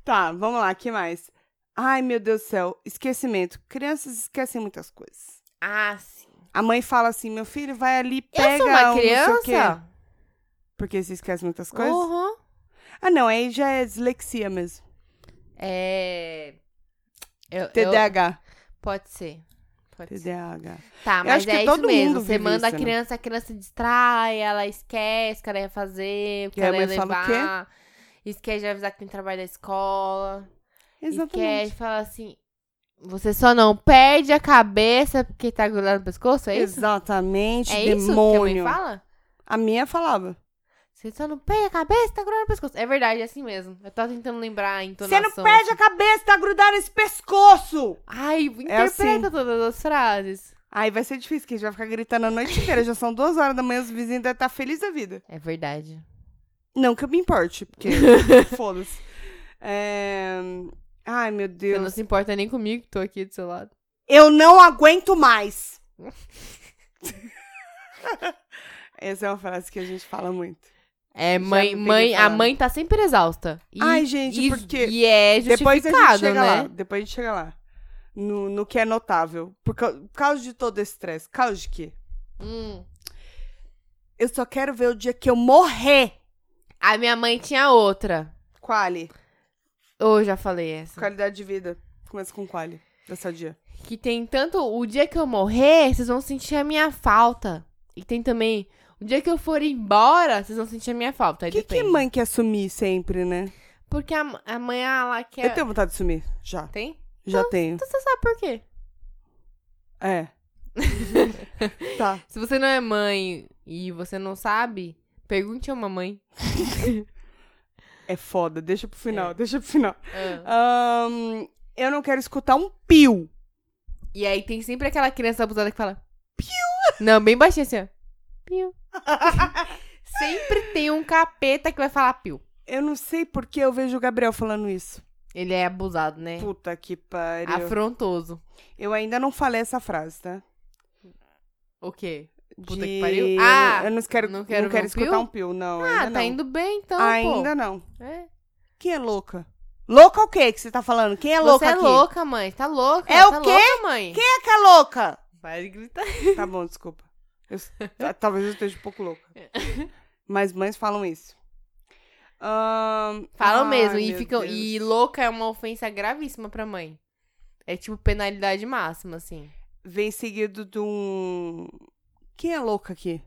[SPEAKER 2] Tá, vamos lá, que mais? Ai, meu Deus do céu, esquecimento. Crianças esquecem muitas coisas.
[SPEAKER 3] Ah, sim.
[SPEAKER 2] A mãe fala assim: meu filho, vai ali,
[SPEAKER 3] Eu
[SPEAKER 2] pega.
[SPEAKER 3] sou uma
[SPEAKER 2] um não sei o quê.
[SPEAKER 3] criança?
[SPEAKER 2] Porque você esquece muitas coisas?
[SPEAKER 3] Uhum.
[SPEAKER 2] Ah, não, aí já é dislexia mesmo.
[SPEAKER 3] É. Eu, eu-
[SPEAKER 2] TDAH.
[SPEAKER 3] Pode ser. Pode ser.
[SPEAKER 2] TDAH.
[SPEAKER 3] Tá,
[SPEAKER 2] Eu
[SPEAKER 3] mas
[SPEAKER 2] acho que
[SPEAKER 3] é
[SPEAKER 2] todo
[SPEAKER 3] isso mesmo.
[SPEAKER 2] mundo
[SPEAKER 3] Você
[SPEAKER 2] vive
[SPEAKER 3] manda
[SPEAKER 2] isso,
[SPEAKER 3] a
[SPEAKER 2] né?
[SPEAKER 3] criança, a criança distrai, ela esquece o que ela ia fazer, o que
[SPEAKER 2] E aí a
[SPEAKER 3] ela ia
[SPEAKER 2] mãe fala o
[SPEAKER 3] levar. Esquece de avisar que tem trabalho da escola.
[SPEAKER 2] Exatamente.
[SPEAKER 3] Esquece, fala assim. Você só não perde a cabeça porque tá grudado no pescoço, é isso?
[SPEAKER 2] Exatamente,
[SPEAKER 3] é isso que
[SPEAKER 2] demônio.
[SPEAKER 3] a mãe fala?
[SPEAKER 2] a minha falava.
[SPEAKER 3] Você só não perde a cabeça, tá grudado no pescoço. É verdade, é assim mesmo. Eu tava tentando lembrar a
[SPEAKER 2] Você não
[SPEAKER 3] entonação.
[SPEAKER 2] perde a cabeça, tá grudado nesse pescoço!
[SPEAKER 3] Ai, interpreta
[SPEAKER 2] assim.
[SPEAKER 3] todas as frases.
[SPEAKER 2] Aí vai ser difícil, que a gente vai ficar gritando a noite inteira. Já são duas horas da manhã, os vizinhos devem estar felizes da vida.
[SPEAKER 3] É verdade.
[SPEAKER 2] Não que eu me importe, porque foda-se. É, Ai, meu
[SPEAKER 3] Você não
[SPEAKER 2] Deus.
[SPEAKER 3] se importa nem comigo que tô aqui do seu lado.
[SPEAKER 2] Eu não aguento mais! Essa é uma frase que a gente fala muito.
[SPEAKER 3] É,
[SPEAKER 2] Já
[SPEAKER 3] mãe,
[SPEAKER 2] não tem
[SPEAKER 3] mãe,
[SPEAKER 2] nem
[SPEAKER 3] a
[SPEAKER 2] falado.
[SPEAKER 3] mãe tá sempre exausta. E-
[SPEAKER 2] Ai, gente,
[SPEAKER 3] e,
[SPEAKER 2] porque
[SPEAKER 3] E é
[SPEAKER 2] Depois a
[SPEAKER 3] justificado,
[SPEAKER 2] gente chega
[SPEAKER 3] né?
[SPEAKER 2] lá. Depois a gente chega lá. No, no que é notável. Por cau- por causa de todo esse estresse. Por causa de quê?
[SPEAKER 3] Hum.
[SPEAKER 2] Eu só quero ver o dia que eu morrer.
[SPEAKER 3] A minha mãe tinha outra.
[SPEAKER 2] Quali.
[SPEAKER 3] Ou eu já falei essa.
[SPEAKER 2] Qualidade de vida. Começa com quali. Dessa dia.
[SPEAKER 3] Que tem tanto o dia que eu morrer, vocês vão sentir a minha falta. E tem também o dia que eu for embora, vocês vão sentir a minha
[SPEAKER 2] O
[SPEAKER 3] falta. Aí
[SPEAKER 2] que, que
[SPEAKER 3] É, depende.
[SPEAKER 2] mãe quer sumir sempre, né?
[SPEAKER 3] Porque a, a mãe ela quer.
[SPEAKER 2] Eu tenho vontade de sumir. Já.
[SPEAKER 3] Tem?
[SPEAKER 2] Já tenho.
[SPEAKER 3] Então você sabe por quê?
[SPEAKER 2] É. tá.
[SPEAKER 3] Se você não é mãe e você não sabe, pergunte a mamãe.
[SPEAKER 2] É foda. Deixa pro final.
[SPEAKER 3] É.
[SPEAKER 2] Deixa pro final.
[SPEAKER 3] Ah.
[SPEAKER 2] Ahn, eu não quero escutar um pio.
[SPEAKER 3] E aí tem sempre aquela criança abusada que fala Piu! Não, bem baixinho assim, ó. Piu. sempre tem um capeta que vai falar piu.
[SPEAKER 2] Eu não sei por que eu vejo o Gabriel falando isso.
[SPEAKER 3] Ele é abusado, né?
[SPEAKER 2] Puta que pariu.
[SPEAKER 3] Afrontoso.
[SPEAKER 2] Eu ainda não falei essa frase, tá?
[SPEAKER 3] O quê? Puta
[SPEAKER 2] De-
[SPEAKER 3] que pariu. Ah,
[SPEAKER 2] eu não quero,
[SPEAKER 3] não
[SPEAKER 2] não quero,
[SPEAKER 3] quero ver um
[SPEAKER 2] escutar
[SPEAKER 3] pio?
[SPEAKER 2] um pio, não.
[SPEAKER 3] ah,
[SPEAKER 2] ainda
[SPEAKER 3] tá
[SPEAKER 2] não.
[SPEAKER 3] indo bem então,
[SPEAKER 2] ainda não.
[SPEAKER 3] pô. É.
[SPEAKER 2] Quem é louca? Louca o quê que você tá falando? Quem é
[SPEAKER 3] Você
[SPEAKER 2] louca
[SPEAKER 3] é
[SPEAKER 2] aqui?
[SPEAKER 3] louca, mãe. Tá louca.
[SPEAKER 2] É o
[SPEAKER 3] tá
[SPEAKER 2] quê?
[SPEAKER 3] louca, mãe.
[SPEAKER 2] Quem é que é louca?
[SPEAKER 3] Para de gritar.
[SPEAKER 2] Tá bom, desculpa. Eu- tá- talvez eu esteja um pouco louca.
[SPEAKER 3] É.
[SPEAKER 2] Mas mães falam isso. Ahn,
[SPEAKER 3] Falam
[SPEAKER 2] ai,
[SPEAKER 3] mesmo. E,
[SPEAKER 2] Ah, meu
[SPEAKER 3] ficam...
[SPEAKER 2] Deus.
[SPEAKER 3] e louca é uma ofensa gravíssima pra mãe. É tipo penalidade máxima, assim.
[SPEAKER 2] Vem seguido de um. Quem é louca aqui?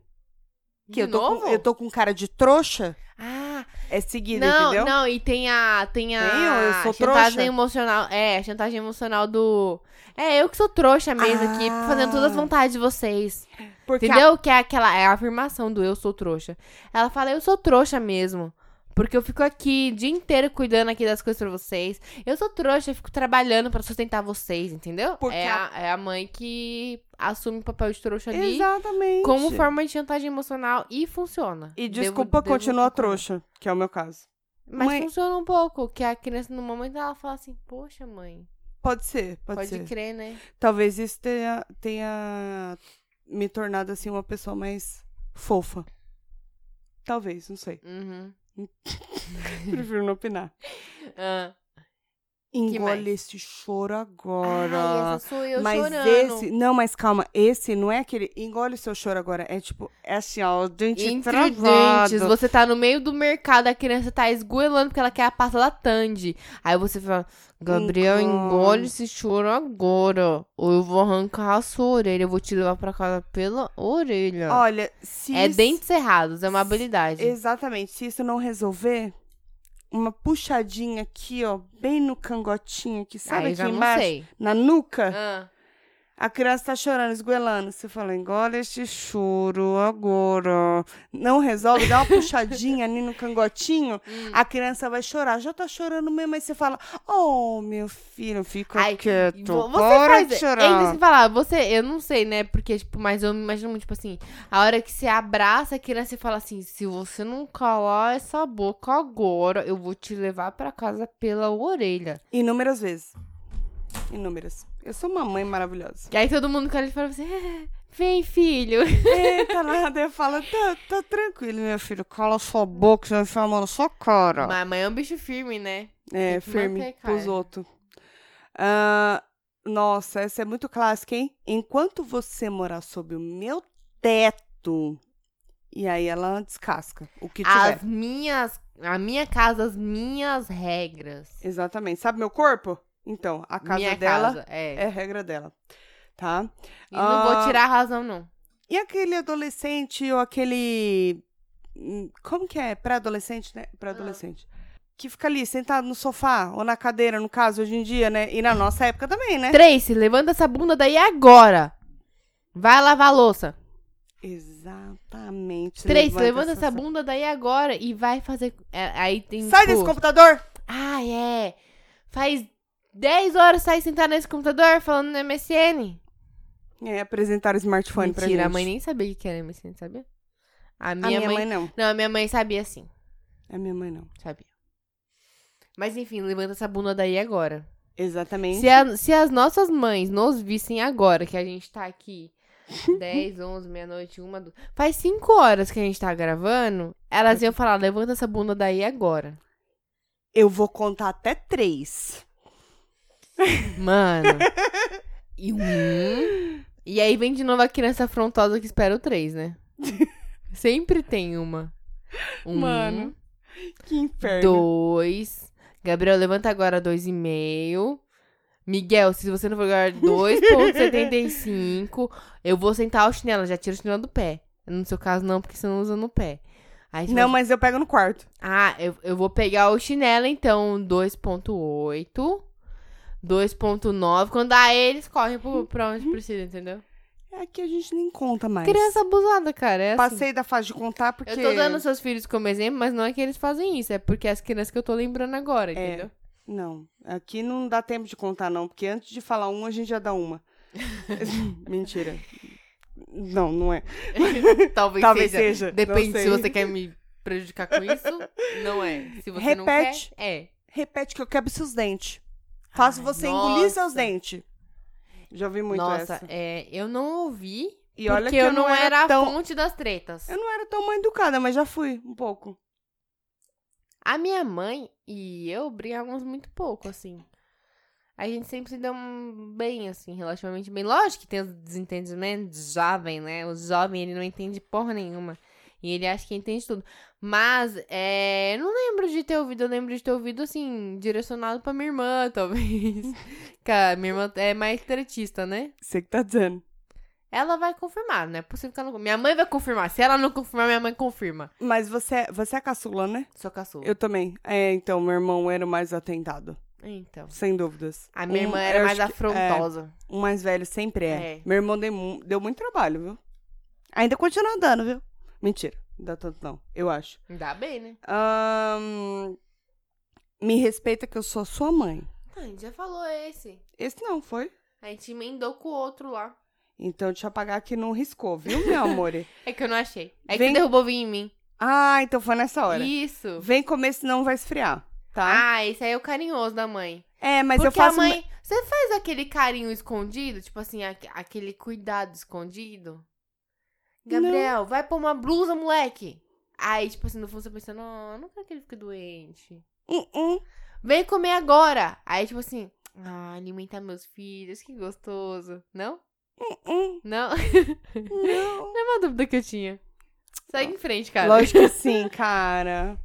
[SPEAKER 2] Que
[SPEAKER 3] De
[SPEAKER 2] eu, tô
[SPEAKER 3] novo?
[SPEAKER 2] Com, eu tô com cara de trouxa?
[SPEAKER 3] Ah,
[SPEAKER 2] É seguido,
[SPEAKER 3] Não,
[SPEAKER 2] entendeu?
[SPEAKER 3] não, e tem a. Tem a.
[SPEAKER 2] Tem o eu sou
[SPEAKER 3] chantagem
[SPEAKER 2] trouxa?
[SPEAKER 3] emocional. É, a chantagem emocional do. É, eu que sou trouxa mesmo
[SPEAKER 2] Ah.
[SPEAKER 3] aqui, fazendo todas as vontades de vocês.
[SPEAKER 2] Porque a-
[SPEAKER 3] entendeu? Que é aquela. É a afirmação do eu sou trouxa. Ela fala, eu sou trouxa mesmo. Porque eu fico aqui o dia inteiro cuidando aqui das coisas pra vocês. Eu sou trouxa, eu fico trabalhando pra sustentar vocês, entendeu?
[SPEAKER 2] Porque
[SPEAKER 3] É a, é a mãe que assume o papel de trouxa ali
[SPEAKER 2] Exatamente.
[SPEAKER 3] como forma de chantagem emocional e funciona.
[SPEAKER 2] E
[SPEAKER 3] Devo-
[SPEAKER 2] desculpa,
[SPEAKER 3] devo
[SPEAKER 2] continua
[SPEAKER 3] concordar.
[SPEAKER 2] trouxa, que é o meu caso.
[SPEAKER 3] Mas
[SPEAKER 2] Mãe-
[SPEAKER 3] funciona um pouco, que a criança no momento ela fala assim, poxa mãe,
[SPEAKER 2] Pode ser, pode,
[SPEAKER 3] pode,
[SPEAKER 2] ser.
[SPEAKER 3] crer, né?
[SPEAKER 2] Talvez isso tenha, tenha me tornado assim uma pessoa mais fofa. Talvez, não sei.
[SPEAKER 3] Uhum.
[SPEAKER 2] Prefiro não opinar.
[SPEAKER 3] Ah. mais?
[SPEAKER 2] Engole esse choro
[SPEAKER 3] Ai,
[SPEAKER 2] agora.
[SPEAKER 3] essa sou eu
[SPEAKER 2] mas
[SPEAKER 3] chorando.
[SPEAKER 2] esse, não, mas calma, esse não é aquele engole o seu choro agora, é tipo, é assim, ó, o dente
[SPEAKER 3] Entre os
[SPEAKER 2] travado.
[SPEAKER 3] dentes, você tá no meio do mercado, a criança tá esgoelando porque ela quer a pasta da Tandy. Aí você fala, Gabriel,
[SPEAKER 2] Engole.
[SPEAKER 3] engole esse choro agora, ou eu vou arrancar a sua orelha, eu vou te levar pra casa pela orelha.
[SPEAKER 2] Olha, se
[SPEAKER 3] é
[SPEAKER 2] isso-
[SPEAKER 3] dentes errados, é uma habilidade.
[SPEAKER 2] Exatamente. Se isso não resolver, uma puxadinha aqui, ó, bem no cangotinho aqui, sabe
[SPEAKER 3] Aí eu
[SPEAKER 2] aqui
[SPEAKER 3] já não
[SPEAKER 2] embaixo?
[SPEAKER 3] sei.
[SPEAKER 2] Na nuca,
[SPEAKER 3] Ah,
[SPEAKER 2] A criança tá chorando, esgoelando. Você fala, engole este choro agora. Não resolve, dá uma puxadinha ali no cangotinho,
[SPEAKER 3] Hum.
[SPEAKER 2] a criança vai chorar. Já tá chorando mesmo, aí você fala, oh, meu filho, fica
[SPEAKER 3] Ai,
[SPEAKER 2] quieto.
[SPEAKER 3] vo- Você
[SPEAKER 2] para
[SPEAKER 3] faz,
[SPEAKER 2] de
[SPEAKER 3] É
[SPEAKER 2] chorar.
[SPEAKER 3] isso que eu falar, você, eu não sei, né? Porque, tipo, mas eu me imagino muito, tipo assim, a hora que você abraça a criança e fala assim, se você não calar essa boca agora, eu vou te levar pra casa pela orelha.
[SPEAKER 2] Inúmeras vezes. Inúmeras. Eu sou uma mãe maravilhosa.
[SPEAKER 3] E aí todo mundo cara ele fala assim, "É, vem, filho.
[SPEAKER 2] Eita, nada. Eu falo, tá, tá tranquilo, meu filho. Cala sua boca, já enfiar a mão na sua cara.
[SPEAKER 3] Mas mãe é um bicho firme, né?
[SPEAKER 2] É,
[SPEAKER 3] Tem que
[SPEAKER 2] firme
[SPEAKER 3] manter,
[SPEAKER 2] pros
[SPEAKER 3] cara.
[SPEAKER 2] outros. Ah, nossa, essa é muito clássica, hein? Enquanto você morar sob o meu teto. E aí ela descasca o que tiver.
[SPEAKER 3] As minhas, a minha casa, as minhas regras.
[SPEAKER 2] Exatamente. Sabe meu corpo? Então, a casa
[SPEAKER 3] minha
[SPEAKER 2] dela
[SPEAKER 3] casa, é.
[SPEAKER 2] é a regra dela. Tá?
[SPEAKER 3] E não vou
[SPEAKER 2] Ah.
[SPEAKER 3] tirar a razão, não.
[SPEAKER 2] E aquele adolescente ou aquele. hum, Como que é? Pré-adolescente, né? Pré-adolescente.
[SPEAKER 3] Ah.
[SPEAKER 2] Que fica ali sentado no sofá ou na cadeira, no caso, hoje em dia, né? E na nossa época também, né?
[SPEAKER 3] Tracy, levanta essa bunda daí agora. Vai lavar a louça.
[SPEAKER 2] Exatamente.
[SPEAKER 3] Três, levanta essa bunda daí agora e vai fazer. é, Aí tem.
[SPEAKER 2] Sai
[SPEAKER 3] tipo,
[SPEAKER 2] desse computador!
[SPEAKER 3] Ah, é. Faz 10 horas sai sentar nesse computador falando no MSN.
[SPEAKER 2] É, apresentar o
[SPEAKER 3] Tipo,
[SPEAKER 2] smartphone pra gente.
[SPEAKER 3] Mentira, a mãe nem sabia o que era MSN, sabia? um A
[SPEAKER 2] A
[SPEAKER 3] minha,
[SPEAKER 2] minha
[SPEAKER 3] mãe...
[SPEAKER 2] mãe... não.
[SPEAKER 3] Não, a minha mãe sabia sim.
[SPEAKER 2] A minha mãe não.
[SPEAKER 3] Sabia. Mas enfim, levanta essa bunda daí agora.
[SPEAKER 2] Exatamente.
[SPEAKER 3] Se, a- se as nossas mães nos vissem agora que a gente tá aqui 10, 11, meia-noite, uma, duas. Faz 5 horas que a gente tá gravando, elas iam falar: levanta essa bunda daí agora.
[SPEAKER 2] Eu vou contar até três.
[SPEAKER 3] Mano. E um. E aí vem de novo a criança afrontosa que espera o três, né? Sempre tem uma. Um,
[SPEAKER 2] Mano, Que inferno.
[SPEAKER 3] dois. Gabriel, levanta agora dois e meio. Miguel, se você não for agora 2,75, eu vou sentar o chinelo. Já tira o chinelo do pé. No seu caso, não, porque você não usa no pé. Aí você
[SPEAKER 2] Não,
[SPEAKER 3] fala,
[SPEAKER 2] mas eu pego no quarto.
[SPEAKER 3] ah, eu, eu vou pegar o chinelo, então, 2.8, 2.9. Quando dá eles, correm pro, pra
[SPEAKER 2] Uhum.
[SPEAKER 3] onde precisa, entendeu?
[SPEAKER 2] É que a gente nem conta mais.
[SPEAKER 3] Criança abusada, cara. É assim.
[SPEAKER 2] Passei da fase de contar porque.
[SPEAKER 3] Eu tô dando seus filhos como exemplo, mas não é que eles fazem isso. É porque é as crianças que eu tô lembrando
[SPEAKER 2] É.
[SPEAKER 3] agora, entendeu?
[SPEAKER 2] Não, aqui não dá tempo de contar, não, porque antes de falar uma, a gente já dá uma. Mentira. Não, não é.
[SPEAKER 3] Talvez,
[SPEAKER 2] Talvez
[SPEAKER 3] seja.
[SPEAKER 2] seja. não
[SPEAKER 3] Depende se
[SPEAKER 2] sei.
[SPEAKER 3] você quer me prejudicar com isso. Não é. Se você não quer,
[SPEAKER 2] Repete.
[SPEAKER 3] é.
[SPEAKER 2] Repete que eu quebro seus dentes. Faço
[SPEAKER 3] Ai,
[SPEAKER 2] você engolir seus
[SPEAKER 3] nossa.
[SPEAKER 2] dentes. Já ouvi muito
[SPEAKER 3] Nossa,
[SPEAKER 2] essa.
[SPEAKER 3] é, eu não ouvi.
[SPEAKER 2] E olha
[SPEAKER 3] porque
[SPEAKER 2] que eu não
[SPEAKER 3] não
[SPEAKER 2] era
[SPEAKER 3] a
[SPEAKER 2] tão-
[SPEAKER 3] fonte das tretas.
[SPEAKER 2] Eu não era tão mal educada, mas já fui um pouco.
[SPEAKER 3] A minha mãe e eu brigávamos muito pouco, assim. A gente sempre se deu um bem, assim, relativamente bem. Lógico que tem os desentendimentos jovem, né? O jovem, ele não entende porra nenhuma. E ele acha que entende tudo. Mas, é... Eu não lembro de ter ouvido. Eu lembro de ter ouvido, assim, direcionado pra minha irmã, talvez. Cara, minha irmã é mais tretista, né?
[SPEAKER 2] Você que tá dizendo.
[SPEAKER 3] Ela vai confirmar, não é possível que ela não... Minha mãe vai confirmar. Se ela não confirmar, minha mãe confirma.
[SPEAKER 2] Mas você, você é caçula, né?
[SPEAKER 3] Sou caçula.
[SPEAKER 2] Eu também. É, então, meu irmão era o mais atentado.
[SPEAKER 3] Então...
[SPEAKER 2] Sem dúvidas.
[SPEAKER 3] A minha
[SPEAKER 2] Um-
[SPEAKER 3] irmã
[SPEAKER 2] eu
[SPEAKER 3] era mais
[SPEAKER 2] acho que- é,
[SPEAKER 3] afrontosa.
[SPEAKER 2] O mais velho sempre é.
[SPEAKER 3] É.
[SPEAKER 2] Meu irmão deu, mu- deu muito trabalho, viu? Ainda continua dando, viu? Mentira, não dá tanto não, eu acho.
[SPEAKER 3] Ainda bem, né?
[SPEAKER 2] Ahn, me respeita que eu sou sua mãe.
[SPEAKER 3] Ah, a gente já falou esse.
[SPEAKER 2] Esse não foi.
[SPEAKER 3] A gente emendou com o outro lá.
[SPEAKER 2] Então deixa eu apagar que não riscou, viu, meu amor?
[SPEAKER 3] É que eu não achei. É que
[SPEAKER 2] Vem-
[SPEAKER 3] você derrubou o vinho em mim.
[SPEAKER 2] ah, então foi nessa hora.
[SPEAKER 3] Isso.
[SPEAKER 2] Vem comer, senão vai esfriar, tá?
[SPEAKER 3] Ah, esse aí é o carinhoso da mãe.
[SPEAKER 2] é, mas
[SPEAKER 3] Porque
[SPEAKER 2] eu faço.
[SPEAKER 3] a mãe... Você faz aquele carinho escondido? Tipo assim, aque- aquele cuidado escondido? Gabriel, vai pôr uma blusa, moleque. Aí, tipo assim, no fundo você pensa, não, não quero que ele fique doente.
[SPEAKER 2] Hum, hum.
[SPEAKER 3] Vem comer agora. Aí, tipo assim, ah, alimentar meus filhos, que gostoso. Não?
[SPEAKER 2] hum,
[SPEAKER 3] Não?
[SPEAKER 2] não.
[SPEAKER 3] É uma dúvida que eu tinha. Segue em frente, cara.
[SPEAKER 2] Lógico que sim, cara.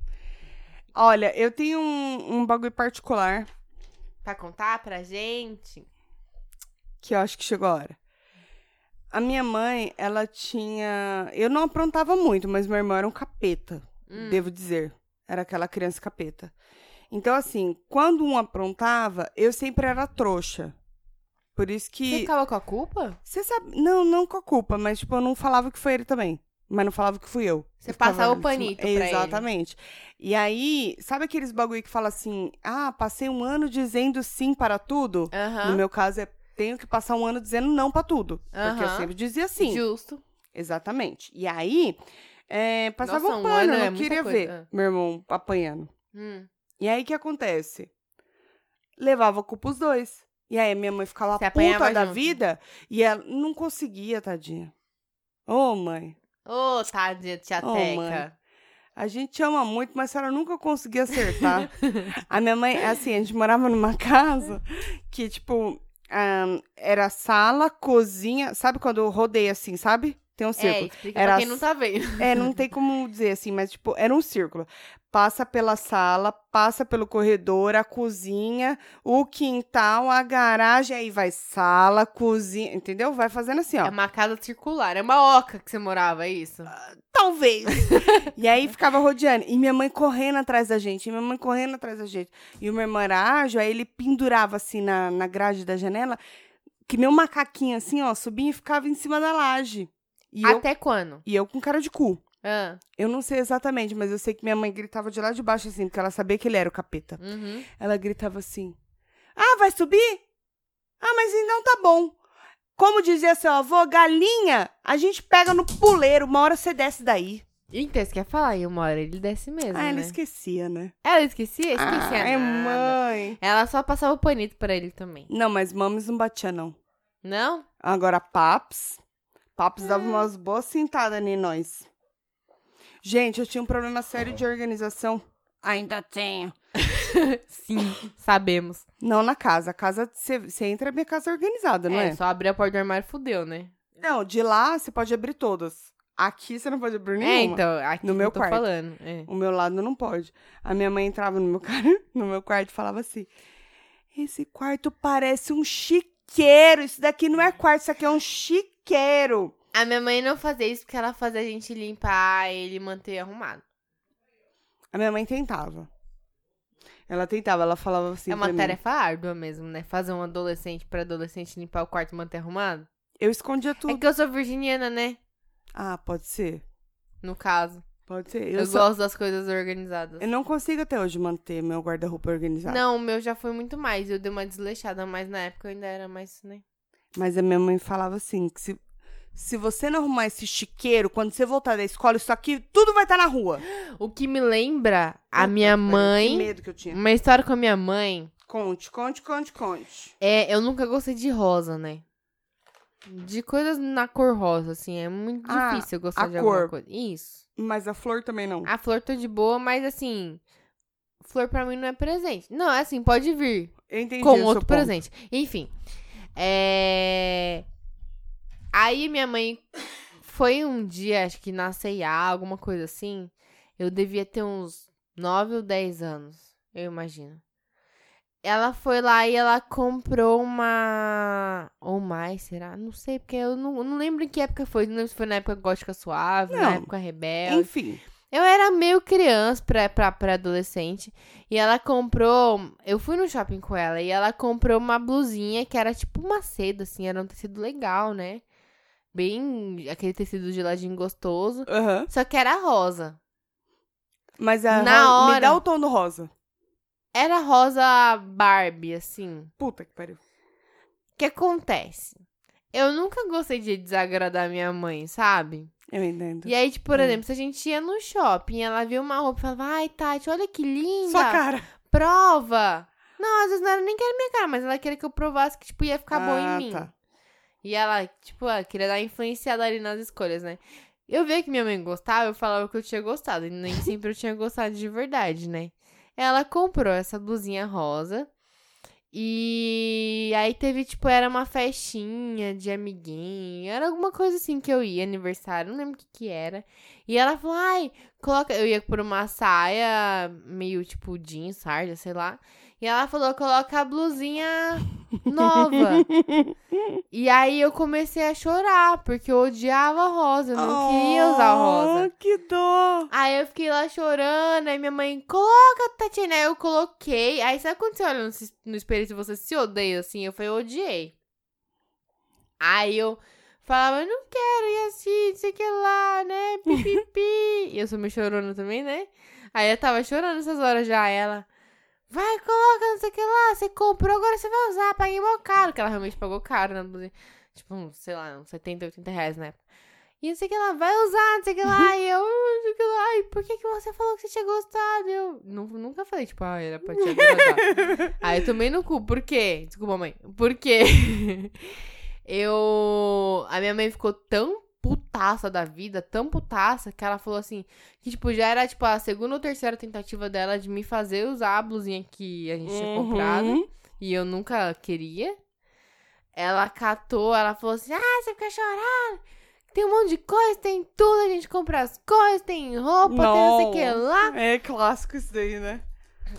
[SPEAKER 2] Olha, eu tenho um, um bagulho particular
[SPEAKER 3] Pra contar pra gente.
[SPEAKER 2] que eu acho que chegou a hora. A minha mãe, ela tinha. Eu não aprontava muito, mas meu irmão era um capeta,
[SPEAKER 3] Hum.
[SPEAKER 2] devo dizer. Era aquela criança capeta. Então, assim, quando um aprontava, eu sempre era trouxa. Por isso
[SPEAKER 3] Você
[SPEAKER 2] que.
[SPEAKER 3] ficava com a culpa?
[SPEAKER 2] Você sabe. Não, não com a culpa, mas, tipo, eu não falava que foi ele também. Mas não falava que fui eu.
[SPEAKER 3] Você
[SPEAKER 2] Eu ficava
[SPEAKER 3] passava o
[SPEAKER 2] em cima-
[SPEAKER 3] panito pra ele.
[SPEAKER 2] Exatamente. E aí, sabe aqueles bagulho que fala assim: ah, passei um ano dizendo sim para tudo?
[SPEAKER 3] Aham.
[SPEAKER 2] No meu caso é. Tenho que passar um ano dizendo não pra tudo. Porque eu
[SPEAKER 3] Aham.
[SPEAKER 2] sempre dizia sim.
[SPEAKER 3] Justo.
[SPEAKER 2] Exatamente. E aí, é, passava
[SPEAKER 3] Nossa,
[SPEAKER 2] um
[SPEAKER 3] um
[SPEAKER 2] pano,
[SPEAKER 3] ano
[SPEAKER 2] eu
[SPEAKER 3] é
[SPEAKER 2] não
[SPEAKER 3] muita
[SPEAKER 2] queria
[SPEAKER 3] coisa.
[SPEAKER 2] ver
[SPEAKER 3] Ah.
[SPEAKER 2] meu irmão apanhando.
[SPEAKER 3] Hum.
[SPEAKER 2] E aí, o que acontece? Levava a culpa os dois. E aí, minha mãe ficava
[SPEAKER 3] Se apanhava
[SPEAKER 2] puta da
[SPEAKER 3] junto.
[SPEAKER 2] vida e ela não conseguia, tadinha. Ô, mãe,
[SPEAKER 3] Ô, tadinha, tia
[SPEAKER 2] Ô,
[SPEAKER 3] Teca.
[SPEAKER 2] Oh, a gente te ama muito, mas a senhora nunca conseguia acertar. a minha mãe, assim, a gente morava numa casa que, tipo, ahn, era sala, cozinha. Sabe quando rodeia assim, sabe? Tem um círculo.
[SPEAKER 3] é, explica
[SPEAKER 2] Era
[SPEAKER 3] pra quem não tá vendo.
[SPEAKER 2] É, não tem como dizer assim, mas tipo, era um círculo. Passa pela sala, passa pelo corredor, a cozinha, o quintal, a garagem, aí vai sala, cozinha, entendeu? Vai fazendo assim, ó.
[SPEAKER 3] É uma casa circular, é uma oca que você morava, é isso?
[SPEAKER 2] Talvez. e aí ficava rodeando. E minha mãe correndo atrás da gente, e minha mãe correndo atrás da gente. E o meu irmão era ágil, aí ele pendurava assim na, na grade da janela, que nem um macaquinho assim, ó, subia e ficava em cima da laje. E, eu,
[SPEAKER 3] Até quando?
[SPEAKER 2] e eu com cara de cu.
[SPEAKER 3] Ah,
[SPEAKER 2] Eu não sei exatamente, mas eu sei que minha mãe gritava de lá de baixo, assim, porque ela sabia que ele era o capeta.
[SPEAKER 3] uhum.
[SPEAKER 2] Ela gritava assim: Ah, vai subir? Ah, mas então tá bom. Como dizia seu avô, galinha, a gente pega no puleiro, uma hora você desce daí.
[SPEAKER 3] Então, você quer falar? E uma hora ele desce mesmo,
[SPEAKER 2] ah, ela
[SPEAKER 3] né?
[SPEAKER 2] esquecia, né?
[SPEAKER 3] Ela esquecia?
[SPEAKER 2] ah,
[SPEAKER 3] Esquecia
[SPEAKER 2] é
[SPEAKER 3] nada.
[SPEAKER 2] mãe.
[SPEAKER 3] Ela só passava o panito pra ele também.
[SPEAKER 2] Não, mas mames não batia, não.
[SPEAKER 3] Não?
[SPEAKER 2] Agora, Paps. Paps dava umas boas sentadas em nós. Gente, eu tinha um problema sério de organização. Ainda tenho.
[SPEAKER 3] Sim, sabemos.
[SPEAKER 2] Não na casa. A casa, você entra, a minha casa é organizada, não
[SPEAKER 3] é,
[SPEAKER 2] é?
[SPEAKER 3] só abrir a porta do armário fudeu, né?
[SPEAKER 2] Não, de lá você pode abrir todas. Aqui você não pode abrir nenhuma.
[SPEAKER 3] É, então, aqui
[SPEAKER 2] No
[SPEAKER 3] que
[SPEAKER 2] meu
[SPEAKER 3] eu tô
[SPEAKER 2] quarto.
[SPEAKER 3] falando. é.
[SPEAKER 2] O meu lado não pode. A minha mãe entrava no meu, car... no meu quarto e falava assim: Esse quarto parece um chiqueiro. Isso daqui não é quarto, isso aqui é um chiqueiro.
[SPEAKER 3] A minha mãe não fazia isso porque ela fazia a gente limpar ele e manter arrumado.
[SPEAKER 2] A minha mãe tentava. Ela tentava, ela falava assim.
[SPEAKER 3] é uma
[SPEAKER 2] pra mim,
[SPEAKER 3] tarefa árdua mesmo, né? Fazer um adolescente pra adolescente limpar o quarto e manter arrumado.
[SPEAKER 2] Eu escondia tudo.
[SPEAKER 3] É que eu sou virginiana, né?
[SPEAKER 2] Ah, pode ser.
[SPEAKER 3] No caso.
[SPEAKER 2] Pode ser.
[SPEAKER 3] Eu,
[SPEAKER 2] Eu, só-
[SPEAKER 3] gosto das coisas organizadas.
[SPEAKER 2] eu não consigo até hoje manter meu guarda-roupa organizado.
[SPEAKER 3] Não, o meu já foi muito mais. Eu dei uma desleixada, mas na época eu ainda era mais, né?
[SPEAKER 2] Mas a minha mãe falava assim, que se, se você não arrumar esse chiqueiro, quando você voltar da escola, isso aqui, tudo vai estar na rua.
[SPEAKER 3] O que me lembra a minha
[SPEAKER 2] Que
[SPEAKER 3] mãe.
[SPEAKER 2] medo que eu tinha.
[SPEAKER 3] Uma história com a minha mãe.
[SPEAKER 2] Conte, conte, conte, conte.
[SPEAKER 3] É, eu nunca gostei de rosa, né? De coisas na cor rosa, assim, é muito
[SPEAKER 2] Ah,
[SPEAKER 3] difícil eu gostar
[SPEAKER 2] a
[SPEAKER 3] de alguma
[SPEAKER 2] cor.
[SPEAKER 3] coisa. Isso.
[SPEAKER 2] Mas a flor também não.
[SPEAKER 3] A flor tô de boa, mas assim, flor pra mim não é presente. Não, é assim, pode vir
[SPEAKER 2] Eu entendi o
[SPEAKER 3] com
[SPEAKER 2] seu
[SPEAKER 3] outro
[SPEAKER 2] ponto.
[SPEAKER 3] presente. Enfim. É... Aí minha mãe foi um dia, acho que na C&A, alguma coisa assim. Eu devia ter uns 9 ou 10 anos, eu imagino. Ela foi lá e ela comprou uma. Ou mais, será? Não sei, porque eu não, eu não lembro em que época foi. Não lembro se foi na época gótica suave,
[SPEAKER 2] Não.
[SPEAKER 3] na época rebelde.
[SPEAKER 2] Enfim,
[SPEAKER 3] Eu era meio criança pra, pra, pra adolescente. E ela comprou. Eu fui no shopping com ela e ela comprou uma blusinha que era tipo uma seda, assim. Era um tecido legal, né? Bem. aquele tecido geladinho gostoso.
[SPEAKER 2] aham.
[SPEAKER 3] Só que era rosa.
[SPEAKER 2] mas a
[SPEAKER 3] Na
[SPEAKER 2] ro- me
[SPEAKER 3] hora.
[SPEAKER 2] dá o tom do rosa.
[SPEAKER 3] Era rosa Barbie, assim.
[SPEAKER 2] Puta que pariu.
[SPEAKER 3] O que acontece? Eu nunca gostei de desagradar minha mãe, sabe?
[SPEAKER 2] Eu entendo.
[SPEAKER 3] E aí, tipo, por
[SPEAKER 2] Hum.
[SPEAKER 3] exemplo, se a gente ia no shopping e ela viu uma roupa e falava, ai, Tati, olha que linda.
[SPEAKER 2] Sua cara.
[SPEAKER 3] prova. Não, às vezes não era nem que era minha cara, mas ela queria que eu provasse que, tipo, ia ficar bom
[SPEAKER 2] Ah,
[SPEAKER 3] em mim.
[SPEAKER 2] tá.
[SPEAKER 3] E ela, tipo, ela queria dar influenciada ali nas escolhas, né? Eu via que minha mãe gostava, eu falava que eu tinha gostado. E nem sempre eu tinha gostado de verdade, né? Ela comprou essa blusinha rosa. E aí teve, tipo, era uma festinha de amiguinho. Era alguma coisa assim que eu ia, aniversário, não lembro o que que era. E ela falou, ai, coloca... Eu ia por uma saia meio, tipo, jeans, sarja, sei lá. E ela falou, coloca a blusinha nova. E aí eu comecei a chorar, porque eu odiava a rosa, eu não queria usar a rosa.
[SPEAKER 2] Oh, que dó.
[SPEAKER 3] Aí eu fiquei lá chorando, aí minha mãe, coloca, Tatiana. Aí eu coloquei. Aí sabe quando você olha no, es- no espelho e você se odeia, assim? Eu falei, eu odiei. Aí eu falava, eu não quero ir assim, não sei o que lá, né? Pipipi. e eu sou meio chorona também, né? Aí eu tava chorando essas horas já, ela. Vai, coloca, não sei o que lá, você comprou, agora você vai usar, paguei mó caro, que ela realmente pagou caro, né? inclusive. Tipo, uns, sei lá, uns 70, 80 reais na época. E não sei o que lá, vai usar, não sei o que lá, e eu, não sei o que lá, e por que, que você falou que você tinha gostado? Eu nu- nunca falei, tipo, ah, era pra te agradar. Aí eu tomei no cu, por quê? Desculpa, mãe. Por quê? Eu. A minha mãe ficou tão putaça da vida, tão putaça, que ela falou assim: que, tipo, já era, tipo, a segunda ou terceira tentativa dela de me fazer usar a blusinha que a gente tinha comprado.
[SPEAKER 2] Uhum.
[SPEAKER 3] E eu nunca queria. Ela catou, ela falou assim: ah, você fica chorando. Tem um monte de coisa, tem tudo, a gente compra as coisas, tem roupa, tem não sei o que
[SPEAKER 2] Nossa.
[SPEAKER 3] lá.
[SPEAKER 2] É clássico isso daí, né?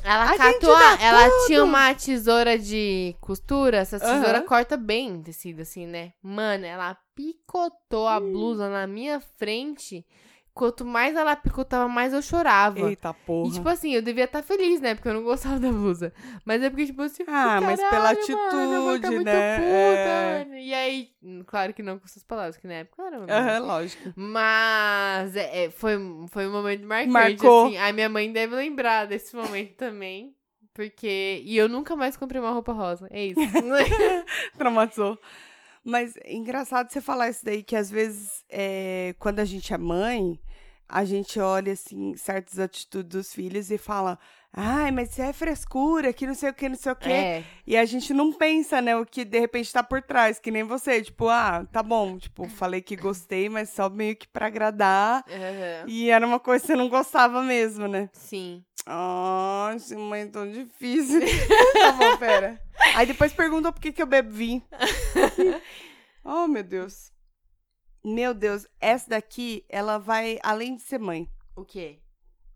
[SPEAKER 3] Ela
[SPEAKER 2] A gente
[SPEAKER 3] catou,
[SPEAKER 2] dá
[SPEAKER 3] ela tinha uma tesoura de costura, essa tesoura
[SPEAKER 2] Aham.
[SPEAKER 3] corta bem tecido assim, né? Mano, ela picotou a
[SPEAKER 2] Hum.
[SPEAKER 3] blusa na minha frente. Quanto mais ela picotava, mais eu chorava.
[SPEAKER 2] Eita
[SPEAKER 3] E
[SPEAKER 2] porra.
[SPEAKER 3] tipo assim, eu devia estar feliz, né? Porque eu não gostava da blusa. Mas é porque tipo assim,
[SPEAKER 2] Ah, mas
[SPEAKER 3] "Caralho,
[SPEAKER 2] pela
[SPEAKER 3] mano, minha mãe tá
[SPEAKER 2] atitude,
[SPEAKER 3] muito
[SPEAKER 2] né? É.
[SPEAKER 3] puta". E aí, claro que não com essas palavras, que na época era.
[SPEAKER 2] É. Aham, lógico.
[SPEAKER 3] Mas é, é, foi, foi um momento marcante,
[SPEAKER 2] Marcou.
[SPEAKER 3] assim. A minha mãe deve lembrar desse momento também. Porque. E eu nunca mais comprei uma roupa rosa. É isso.
[SPEAKER 2] Traumatizou. Mas é engraçado você falar isso daí, que às vezes, é, quando a gente é mãe, a gente olha, assim, certas atitudes dos filhos e fala, ai, mas isso é frescura, que não sei o que, não sei o que.
[SPEAKER 3] É.
[SPEAKER 2] E a gente não pensa, né, o que de repente tá por trás, que nem você, tipo, ah, tá bom, tipo, falei que gostei, mas só meio que pra agradar.
[SPEAKER 3] Aham.
[SPEAKER 2] E era uma coisa que você não gostava mesmo, né?
[SPEAKER 3] Sim.
[SPEAKER 2] Nossa, mãe, é tão difícil. tá bom, pera. Aí depois perguntou por que, que eu bebi. oh, meu Deus. Meu Deus, essa daqui, ela vai além de ser mãe.
[SPEAKER 3] O quê?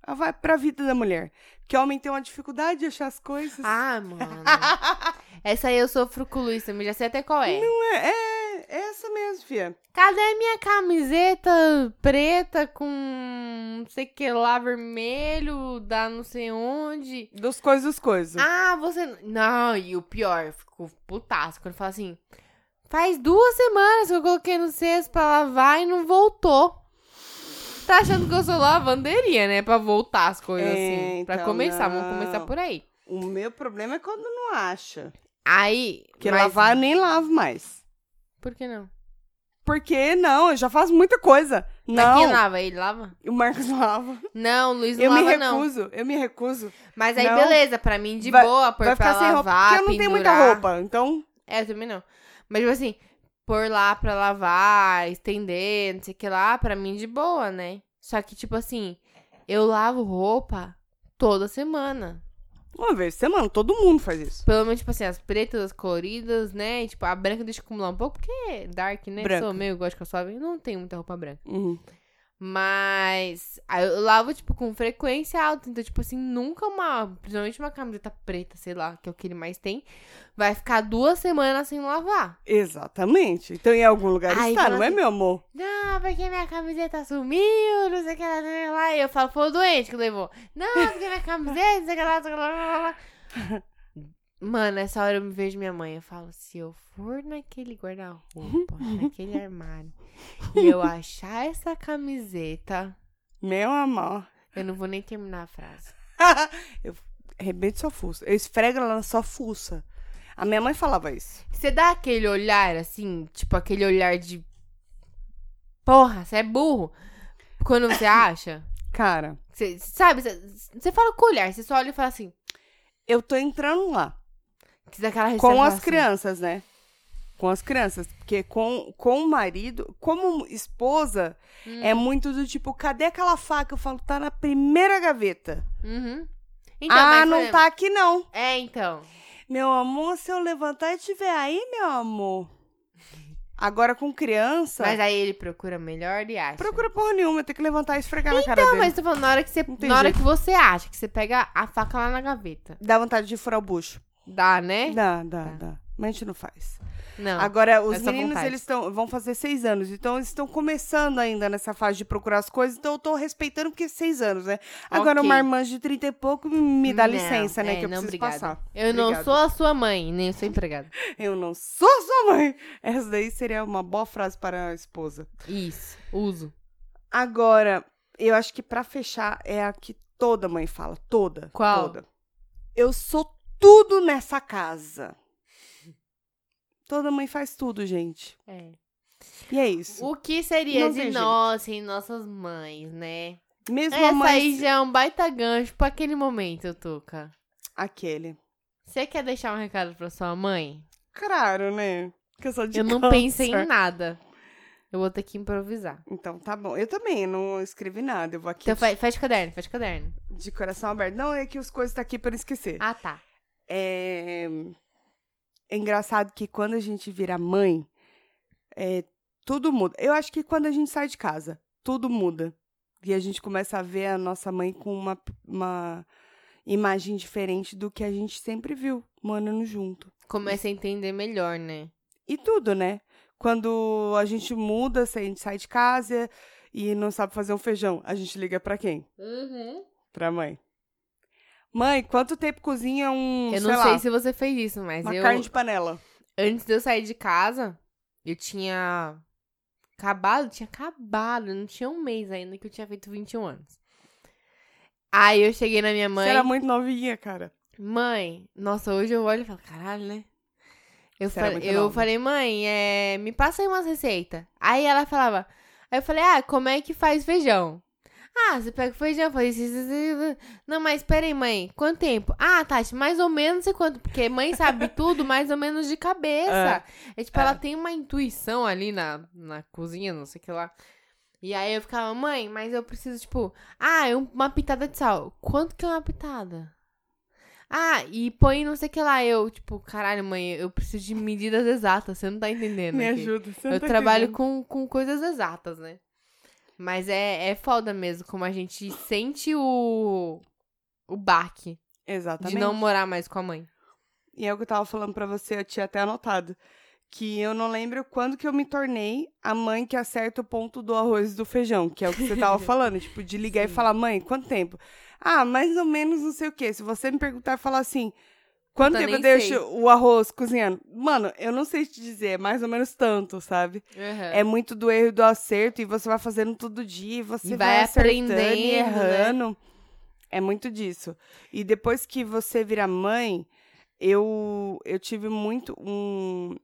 [SPEAKER 2] Ela vai pra vida da mulher. Porque homem tem uma dificuldade de achar as coisas.
[SPEAKER 3] Ah, mano. Essa aí eu sofro com o Luiz também, já sei até qual é.
[SPEAKER 2] Não é, é essa mesmo, fia.
[SPEAKER 3] Cadê minha camiseta preta com não sei o que lá, vermelho, da não sei onde?
[SPEAKER 2] Dos coisas, dos coisas.
[SPEAKER 3] Ah, você. Não, e o pior, eu fico putaço quando fala assim. Faz duas semanas que eu coloquei no cesto pra lavar e não voltou. Tá achando que eu sou lavanderia, né? Pra voltar as coisas
[SPEAKER 2] É,
[SPEAKER 3] assim. Pra
[SPEAKER 2] então
[SPEAKER 3] começar,
[SPEAKER 2] não.
[SPEAKER 3] vamos começar por aí.
[SPEAKER 2] O meu problema é quando não acha.
[SPEAKER 3] Aí.
[SPEAKER 2] Porque
[SPEAKER 3] mas-
[SPEAKER 2] lavar eu nem lavo mais.
[SPEAKER 3] Por que não?
[SPEAKER 2] Porque não, eu já faço muita coisa.
[SPEAKER 3] Mas Tá quem
[SPEAKER 2] Não,
[SPEAKER 3] lava? Ele lava?
[SPEAKER 2] o Marcos lava.
[SPEAKER 3] Não, o Luiz não
[SPEAKER 2] Eu me
[SPEAKER 3] lava, não.
[SPEAKER 2] recuso, eu me recuso.
[SPEAKER 3] Mas aí,
[SPEAKER 2] Não.
[SPEAKER 3] beleza, pra mim, de
[SPEAKER 2] Vai-
[SPEAKER 3] boa, por
[SPEAKER 2] Vai
[SPEAKER 3] pra
[SPEAKER 2] ficar sem roupa,
[SPEAKER 3] lavar,
[SPEAKER 2] porque eu não tenho muita
[SPEAKER 3] pendurar.
[SPEAKER 2] roupa. Então,
[SPEAKER 3] É, eu também não. Mas, tipo assim, pôr lá pra lavar, estender, não sei o que lá, pra mim de boa, né? Só que, tipo assim, eu lavo roupa toda semana.
[SPEAKER 2] uma vez por semana, todo mundo faz isso.
[SPEAKER 3] Pelo menos, tipo assim, as pretas, as coloridas, né? E, tipo, a branca deixa acumular um pouco, porque é dark, né?
[SPEAKER 2] Branca.
[SPEAKER 3] Sou meio gótica suave, eu não tenho muita roupa branca.
[SPEAKER 2] Uhum.
[SPEAKER 3] Mas aí eu lavo, tipo, com frequência alta. Então, tipo assim, nunca uma. Principalmente uma camiseta preta, sei lá, que é o que ele mais tem. Vai ficar duas semanas sem lavar.
[SPEAKER 2] Exatamente. Então, em algum lugar
[SPEAKER 3] Ai,
[SPEAKER 2] está,
[SPEAKER 3] fala
[SPEAKER 2] não é,
[SPEAKER 3] assim-
[SPEAKER 2] meu amor?
[SPEAKER 3] Não, porque minha camiseta sumiu, não sei o que lá, não sei o que lá. E eu falo, foi o doente que levou. Não, porque minha camiseta, não sei o que lá, não sei o que lá, lá, lá, lá. Mano, nessa hora eu me vejo minha mãe. Eu falo, se eu for naquele guarda-roupa, naquele armário, e eu achar essa camiseta,
[SPEAKER 2] Meu amor.
[SPEAKER 3] eu não vou nem terminar a frase.
[SPEAKER 2] eu arrebento sua fuça. Eu esfrego ela na sua fuça. A minha mãe falava isso.
[SPEAKER 3] Você dá aquele olhar, assim, tipo, aquele olhar de. Porra, você é burro. Quando você acha.
[SPEAKER 2] Cara,
[SPEAKER 3] Você, sabe, você- você fala com o olhar, você só olha e fala assim.
[SPEAKER 2] eu tô entrando lá.
[SPEAKER 3] Que dá aquela
[SPEAKER 2] com
[SPEAKER 3] reserva
[SPEAKER 2] as
[SPEAKER 3] assim.
[SPEAKER 2] crianças, né? Com as crianças. Porque com, com o marido, como esposa,
[SPEAKER 3] Hum.
[SPEAKER 2] é muito do tipo, cadê aquela faca? Eu falo, tá na primeira gaveta.
[SPEAKER 3] Uhum. Então,
[SPEAKER 2] ah,
[SPEAKER 3] mas, por
[SPEAKER 2] não
[SPEAKER 3] exemplo-
[SPEAKER 2] tá aqui, não.
[SPEAKER 3] É, então.
[SPEAKER 2] Meu amor, se eu levantar e tiver aí, meu amor. Agora com criança,
[SPEAKER 3] Mas aí ele procura melhor e acha.
[SPEAKER 2] Tá. procura porra nenhuma, tem que levantar e esfregar na cara
[SPEAKER 3] Não,
[SPEAKER 2] dele.
[SPEAKER 3] Então, mas tô falando, na hora que você,
[SPEAKER 2] Não tem
[SPEAKER 3] na hora
[SPEAKER 2] jeito.
[SPEAKER 3] que você acha, que você pega a faca lá na gaveta.
[SPEAKER 2] Dá vontade de furar o bucho.
[SPEAKER 3] Dá, né?
[SPEAKER 2] Dá, dá,
[SPEAKER 3] Tá.
[SPEAKER 2] dá. Mas a gente não faz.
[SPEAKER 3] Não.
[SPEAKER 2] Agora, os
[SPEAKER 3] é só
[SPEAKER 2] meninos,
[SPEAKER 3] vontade.
[SPEAKER 2] eles tão, vão fazer seis anos, então eles estão começando ainda nessa fase de procurar as coisas, então eu tô respeitando porque é seis anos, né? Agora,
[SPEAKER 3] Ok.
[SPEAKER 2] uma irmã de 30 e pouco me dá
[SPEAKER 3] Não,
[SPEAKER 2] licença, né?
[SPEAKER 3] é,
[SPEAKER 2] que eu
[SPEAKER 3] não,
[SPEAKER 2] preciso
[SPEAKER 3] obrigada.
[SPEAKER 2] passar.
[SPEAKER 3] Eu não
[SPEAKER 2] Obrigada.
[SPEAKER 3] sou a sua mãe, nem eu sou empregada.
[SPEAKER 2] Eu não sou sua mãe. Essa daí seria uma boa frase para a esposa.
[SPEAKER 3] Isso, uso.
[SPEAKER 2] Agora, eu acho que pra fechar é a que toda mãe fala, toda,
[SPEAKER 3] Qual?
[SPEAKER 2] toda. Eu sou tudo nessa casa. Toda mãe faz tudo, gente.
[SPEAKER 3] É.
[SPEAKER 2] E é isso.
[SPEAKER 3] O que seria
[SPEAKER 2] Não
[SPEAKER 3] de
[SPEAKER 2] tem
[SPEAKER 3] nós sem nossas mães, né?
[SPEAKER 2] Mesmo a
[SPEAKER 3] Essa
[SPEAKER 2] mãe
[SPEAKER 3] aí já é um baita gancho pra aquele momento, Tuca.
[SPEAKER 2] aquele.
[SPEAKER 3] Você quer deixar um recado pra sua mãe?
[SPEAKER 2] Claro, né? Que eu sou de
[SPEAKER 3] eu não
[SPEAKER 2] câncer.
[SPEAKER 3] pensei em nada. Eu vou ter que improvisar.
[SPEAKER 2] Então tá bom. Eu também não escrevi nada. Eu vou aqui
[SPEAKER 3] Então
[SPEAKER 2] de-
[SPEAKER 3] faz, faz de caderno, faz de caderno.
[SPEAKER 2] de coração aberto. Não, é que as coisas tá aqui para esquecer.
[SPEAKER 3] Ah, tá.
[SPEAKER 2] É... é engraçado que quando a gente vira mãe, é, tudo muda. Eu acho que quando a gente sai de casa, tudo muda. E a gente começa a ver a nossa mãe com uma, uma imagem diferente do que a gente sempre viu, morando junto.
[SPEAKER 3] Começa a entender melhor, né?
[SPEAKER 2] E tudo, né? Quando a gente muda, se a gente sai de casa e não sabe fazer um feijão, a gente liga pra quem?
[SPEAKER 3] Uhum.
[SPEAKER 2] Pra mãe. Mãe, quanto tempo cozinha um, sei
[SPEAKER 3] Eu não
[SPEAKER 2] lá,
[SPEAKER 3] sei se você fez isso, mas
[SPEAKER 2] uma
[SPEAKER 3] eu.
[SPEAKER 2] carne de panela?
[SPEAKER 3] Antes de eu sair de casa, eu tinha acabado, tinha acabado, não tinha um mês ainda que eu tinha feito 21 anos. Aí eu cheguei na minha mãe.
[SPEAKER 2] Você era muito novinha, cara.
[SPEAKER 3] Mãe, nossa, hoje eu olho e falo, caralho, né? Eu,
[SPEAKER 2] Você era
[SPEAKER 3] falei-
[SPEAKER 2] muito
[SPEAKER 3] eu
[SPEAKER 2] nova.
[SPEAKER 3] falei, mãe, é, me passa aí umas receitas. Aí ela falava, aí eu falei, ah, como é que faz feijão? Ah, você pega o feijão, faz isso, isso, isso, isso. Não, mas peraí, mãe, quanto tempo? Ah, Tati, mais ou menos e quanto? Porque mãe sabe tudo mais ou menos de cabeça. É, tipo,
[SPEAKER 2] é.
[SPEAKER 3] ela tem uma intuição ali na, na cozinha, não sei o que lá. E aí eu ficava, mãe, mas eu preciso, tipo, ah, é um- uma pitada de sal. Quanto que é uma pitada? Ah, e põe não sei o que lá. Eu, tipo, caralho, mãe, eu preciso de medidas exatas, você não tá entendendo.
[SPEAKER 2] Me
[SPEAKER 3] aqui.
[SPEAKER 2] ajuda. Você não
[SPEAKER 3] Eu
[SPEAKER 2] tá
[SPEAKER 3] trabalho
[SPEAKER 2] entendendo.
[SPEAKER 3] com, com coisas exatas, né? Mas é, é foda mesmo, como a gente sente o, o baque
[SPEAKER 2] Exatamente.
[SPEAKER 3] de não morar mais com a mãe.
[SPEAKER 2] E é o que eu tava falando pra você, eu tinha até anotado. Que eu não lembro quando que eu me tornei a mãe que acerta o ponto do arroz e do feijão, que é o que você tava falando. Tipo, de ligar e
[SPEAKER 3] Sim.
[SPEAKER 2] falar, mãe, quanto tempo? Ah, mais ou menos não sei o quê. Se você me perguntar, falar assim, quanto
[SPEAKER 3] Puta,
[SPEAKER 2] tempo eu
[SPEAKER 3] nem
[SPEAKER 2] deixo
[SPEAKER 3] sei.
[SPEAKER 2] o arroz cozinhando? Mano, eu não sei te dizer, é mais ou menos tanto, sabe? É muito do erro e do acerto, e você vai fazendo todo dia, e você
[SPEAKER 3] E vai
[SPEAKER 2] vai, acertando e
[SPEAKER 3] aprendendo, né?
[SPEAKER 2] errando. É muito disso. E depois que você vira mãe, eu, eu tive muito um.